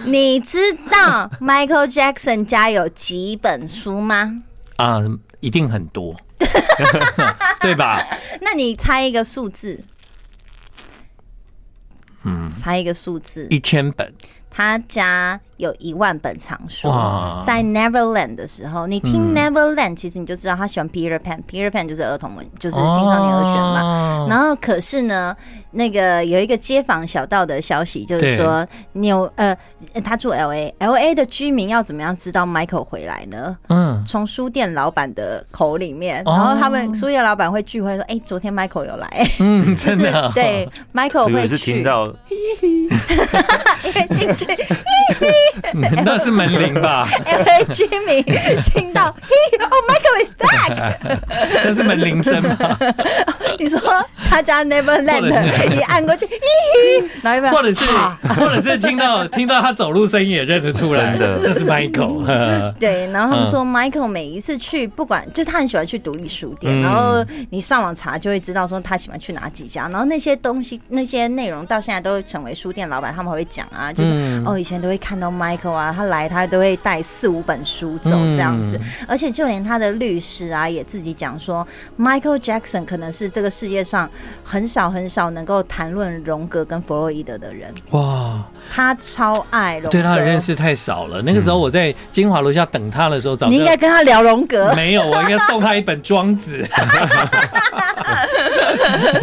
C: 你知 道 Michael Jackson 家有几本书吗？
A: 啊、一定很 多，对吧？
C: 那你猜一个数字，
A: 嗯，
C: 猜一个数字。
A: 一千本，
C: 他家有一万本藏书
A: 哇，
C: 在 Neverland 的时候，你听
A: 嗯
C: Neverland，其实你就知道他喜欢 Peter Pan，Peter Pan 就是儿童文，就是
A: 哦
C: 青少年儿选嘛。
A: 嘛
C: 然后可是呢，那个有一个街坊小道的消息，就是说纽呃，他住 L A，L A 的居民要怎么样知道 Michael 回来呢？
A: 嗯，
C: 从书店老板的口里面，
A: 哦
C: 然后他们书店老板会聚会说：“哎、昨天 Michael 有来。”
A: 嗯，
C: 就
A: 真
C: 是
A: 的哦、
C: 对 Michael
B: 我
C: 会
B: 是
C: 去，
B: 听到
C: 因为进去
A: 嗯那是门铃 吧？
C: L A 居民 听到，He oh Michael is back。
A: 那是门铃声吧？
C: 你说他家
A: 或者
C: Neverland 一按过去，咦，然后有没有？啊
A: 或者 是，或者是听到听到他走路声音也认得出来，
B: 真的
A: 这是 Michael 呵呵。
C: 对，然
A: 嗯
C: 后他们说 Michael 每一次去，不管就他很喜欢去独立书店，
A: 嗯
C: 然后你上网查就会知道说他喜欢去哪几家，然后那些东西那些内容到现在都成为书店老板他们会讲啊，就是、
A: 嗯
C: 哦以前都会看到 Michael 啊，他来他都会带四五本书走这样子，
A: 嗯
C: 而且就连他的律师啊也自己讲说，Michael Jackson 可能是这个世界上很少很少能够谈论荣格跟弗洛伊德的人，
A: 哇，
C: 他超爱荣格，
A: 对他的认。识太少了。那个时候我在金华楼下等他的时候，早
C: 你
A: 就
C: 应该跟他聊荣 格，
A: 没有，我应该送他一本《庄子》，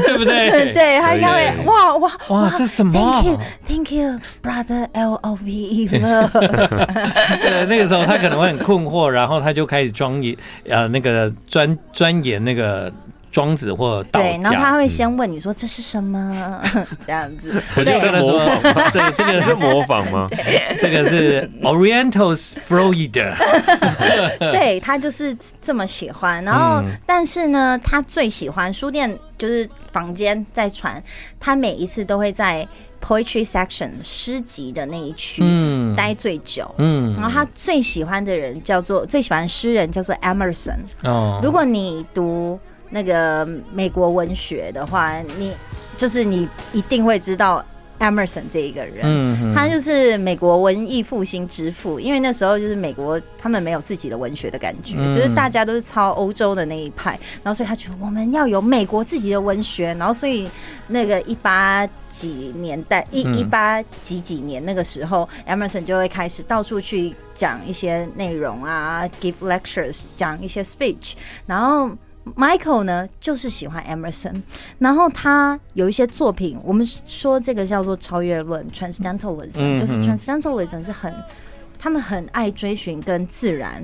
A: 对不对？
C: 对，对，他应该
B: 对
C: 会哇哇
A: 哇，这什么啊
C: ！Thank？you, thank you, brother L O V E love。
A: 对，那个时候他可能会很困惑，然后他就开始钻研呃那个钻钻研那个庄子或道
C: 对，然后他
A: 家。
C: 会先问你说这是什么， 这样子。
B: 我觉
A: 对这
B: 得这
A: 个
B: 模
A: 说
B: 仿，
A: 这个这
B: 这
A: 个
B: 是模仿吗？
A: 这个 是 Orientals Freud，
C: 对他就是这么喜欢。然后
A: 嗯，
C: 但是呢，他最喜欢书店，就是房间在传，他每一次都会在 poetry section 诗集的那一区
A: 嗯
C: 待最久。
A: 嗯
C: 然后他最喜欢的人叫做最喜欢诗人叫做 Emerson，
A: 哦
C: 如果你读那个美国文学的话，你就是你一定会知道 Emerson 这一个人。
A: 嗯
C: 他就是美国文艺复兴之父，因为那时候就是美国他们没有自己的文学的感觉，
A: 嗯
C: 就是大家都是抄欧洲的那一派，然后所以他觉得我们要有美国自己的文学，然后所以那个一八几年代一
A: 嗯
C: 一八几几年那个时候，Emerson 就会开始到处去讲一些内容啊，give lectures，讲一些 speech，然后。Michael 呢，就是喜欢 Emerson，然后他有一些作品，我们说这个叫做超越论 （transcendentalism），、
A: 嗯哼
C: 就是 transcendentalism 是很他们很爱追寻跟自然。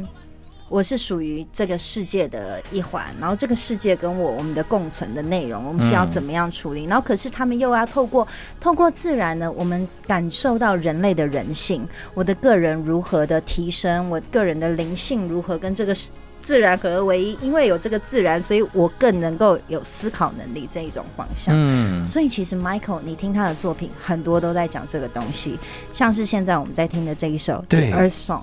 C: 我是属于这个世界的一环，然后这个世界跟我我们的共存的内容，我们
A: 嗯
C: 是要怎么样处理？然后可是他们又要透过透过自然呢，我们感受到人类的人性，我的个人如何的提升，我个人的灵性如何跟这个世自然合而为一，因为有这个自然，所以我更能够有思考能力这一种方向。
A: 嗯
C: 所以其实 Michael，你听他的作品很多都在讲这个东西，像是现在我们在听的这一首《
A: 对
C: Earth Song》。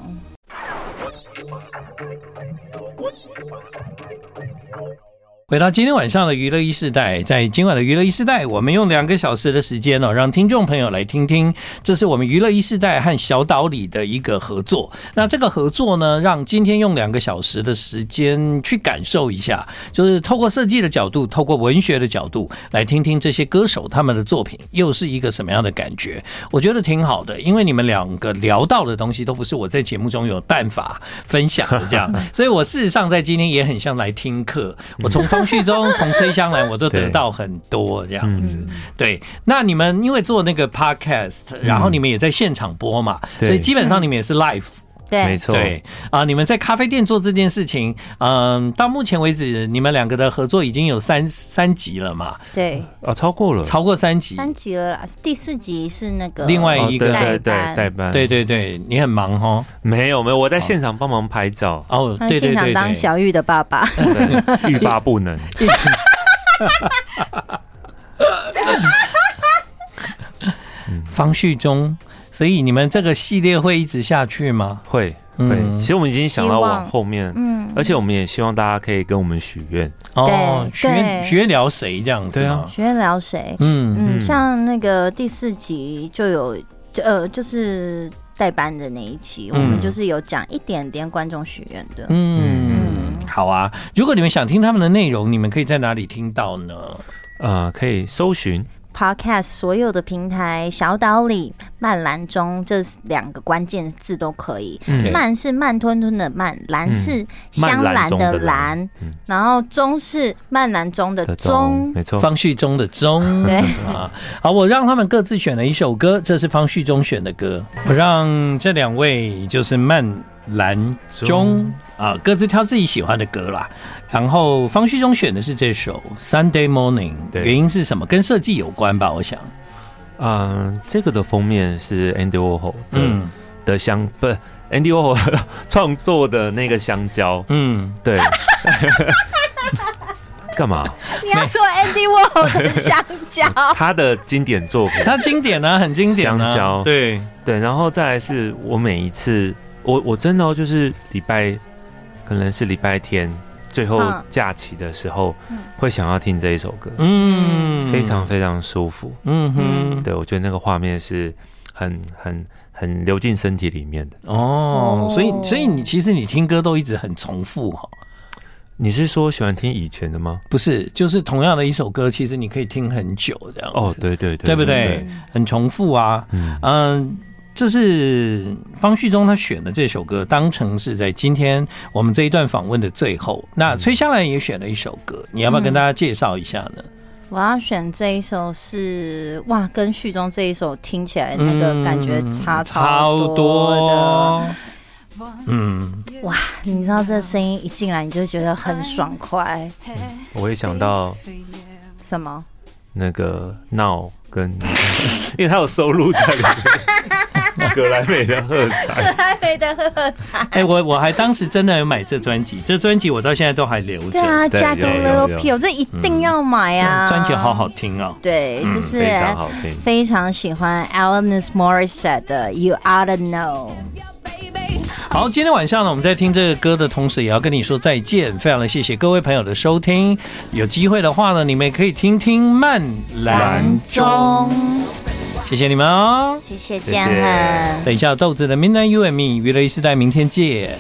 A: 回到今天晚上的娱乐一世代，在今晚的娱乐一世代，我们用两个小时的时间哦，让听众朋友来听听，这是我们娱乐一世代和小岛里的一个合作。那这个合作呢，让今天用两个小时的时间去感受一下，就是透过设计的角度，透过文学的角度来听听这些歌手他们的作品，又是一个什么样的感觉？我觉得挺好的，因为你们两个聊到的东西都不是我在节目中有办法分享的，这样，所以我事实上在今天也很像来听课，我从方从旭中、从崔香兰，我都得到很多这样子。对，那你们因为做那个 podcast，然后你们也在现场播嘛，
B: 对
A: 所以基本上你们也是 live。
B: 没
C: 对，
B: 错，
A: 对啊、你们在咖啡店做这件事情，嗯、到目前为止，你们两个的合作已经有三三集了嘛，
C: 对，
B: 哦，超过了，
A: 超过三集。
C: 三集了啦，第四集是那个
A: 另外
B: 哦
A: 一个
B: 对对
C: 代班
B: 对代班，
A: 对，对对，你很忙哦。
B: 没有没有，我在现场帮忙拍照，
A: 哦，
C: 他
A: 对对
C: 啊现
A: 对
C: 场当
A: 对，
C: 小玉的爸爸，
B: 对欲罢不能。
A: 方旭中，所以你们这个系列会一直下去吗？
B: 会
A: 嗯
B: 会，其实我们已经想到
C: 希望
B: 往后面，
C: 嗯，
B: 而且我们也希望大家可以跟我们许愿。
A: 哦，
C: 对
A: 学
C: 对
A: 学聊谁这样子
B: 对
A: 吗
B: 啊？
C: 学院聊谁？
A: 嗯，
C: 嗯，
B: 嗯
C: 像那个第四集就有，就呃，就是代班的那一期，
A: 嗯
C: 我们就是有讲一点点观众许愿的。
A: 嗯，好啊。如果你们想听他们的内容，你们可以在哪里听到呢？
B: 呃，可以搜寻
C: Podcast 所有的平台，小岛里、曼兰中这两个关键字都可以。
B: 嗯
C: 慢是慢吞吞的慢，兰是香兰的
B: 慢兰
C: 兰
B: 嗯，
C: 然后中是慢兰中的
B: 的中，
C: 中。
B: 没错，
A: 方旭中的 中，
C: 对
A: 啊，好，我让他们各自选了一首歌，这是方旭中选的歌，我让这两位就是曼兰中
B: 中
A: 啊，各自挑自己喜欢的歌啦。然后方旭中选的是这首《Sunday Morning》，
B: 对
A: 原因是什么？跟设计有关吧，我想。
B: 嗯、这个的封面是 Andy Warhol 的、
A: 嗯
B: 的香，不是 Andy Warhol 创作的那个香 蕉，
A: 嗯，
B: 对。干嘛？
C: 你要说 Andy Warhol 的香蕉，
B: 他的经典作品，
A: 它经典啊，很经典啊，
B: 香蕉
A: 对，
B: 对，然后再来是我每一次，我我真的哦就是礼拜，可能是礼拜天最后
C: 嗯
B: 假期的时候，
C: 嗯
B: 会想要听这一首歌，
A: 嗯，
B: 非常，非常舒服。
A: 嗯哼，
B: 对我觉得那个画面是很很很流进身体里面的。
A: 哦
C: 哦，
A: 所以所以你其实你听歌都一直很重复哈、
B: 你是说喜欢听以前的吗？
A: 不是，就是同样的一首歌，其实你可以听很久这样子，
B: 哦，对对对，
A: 对不对？很重复啊，
B: 嗯，
A: 嗯。这是方旭中他选的这首歌，当成是在今天我们这一段访问的最后。那崔香兰也选了一首歌，你要不要跟大家介绍一下呢？
C: 我要选这一首是哇，跟序中这一首听起来那个感觉差
A: 嗯超
C: 多的。
A: 多，嗯，
C: 你知道这声音一进来，你就觉得很爽快。
B: 我也想到
C: 什么？
B: 那个闹跟，因为他有收录在里面，格莱美的喝彩。
C: 台北的喝彩。
A: 哎、我我还当时真的有买这专辑，这专辑我到现在都还留着。嗯
C: 对啊
B: 对
C: ，Jack
B: 有有
C: Little
B: 有嗯
C: Pill，这一定要买啊！
A: 专辑好好。听哦。
C: 对，
A: 嗯
C: 这是
B: 非常好听。
C: 非常喜欢 Alanis Morissette 的 You Oughta Know。
A: 好，今天晚上呢，我们在听这个歌的同时，也要跟你说再见。非常的谢谢各位朋友的收听，有机会的话呢，你们也可以听听曼兰
B: 兰，
C: 中，
A: 谢谢你们哦。
C: 谢谢
B: 谢
C: 建恒。
A: 等一下，豆子的 Midnight You and Me 娱乐一时代，明天见。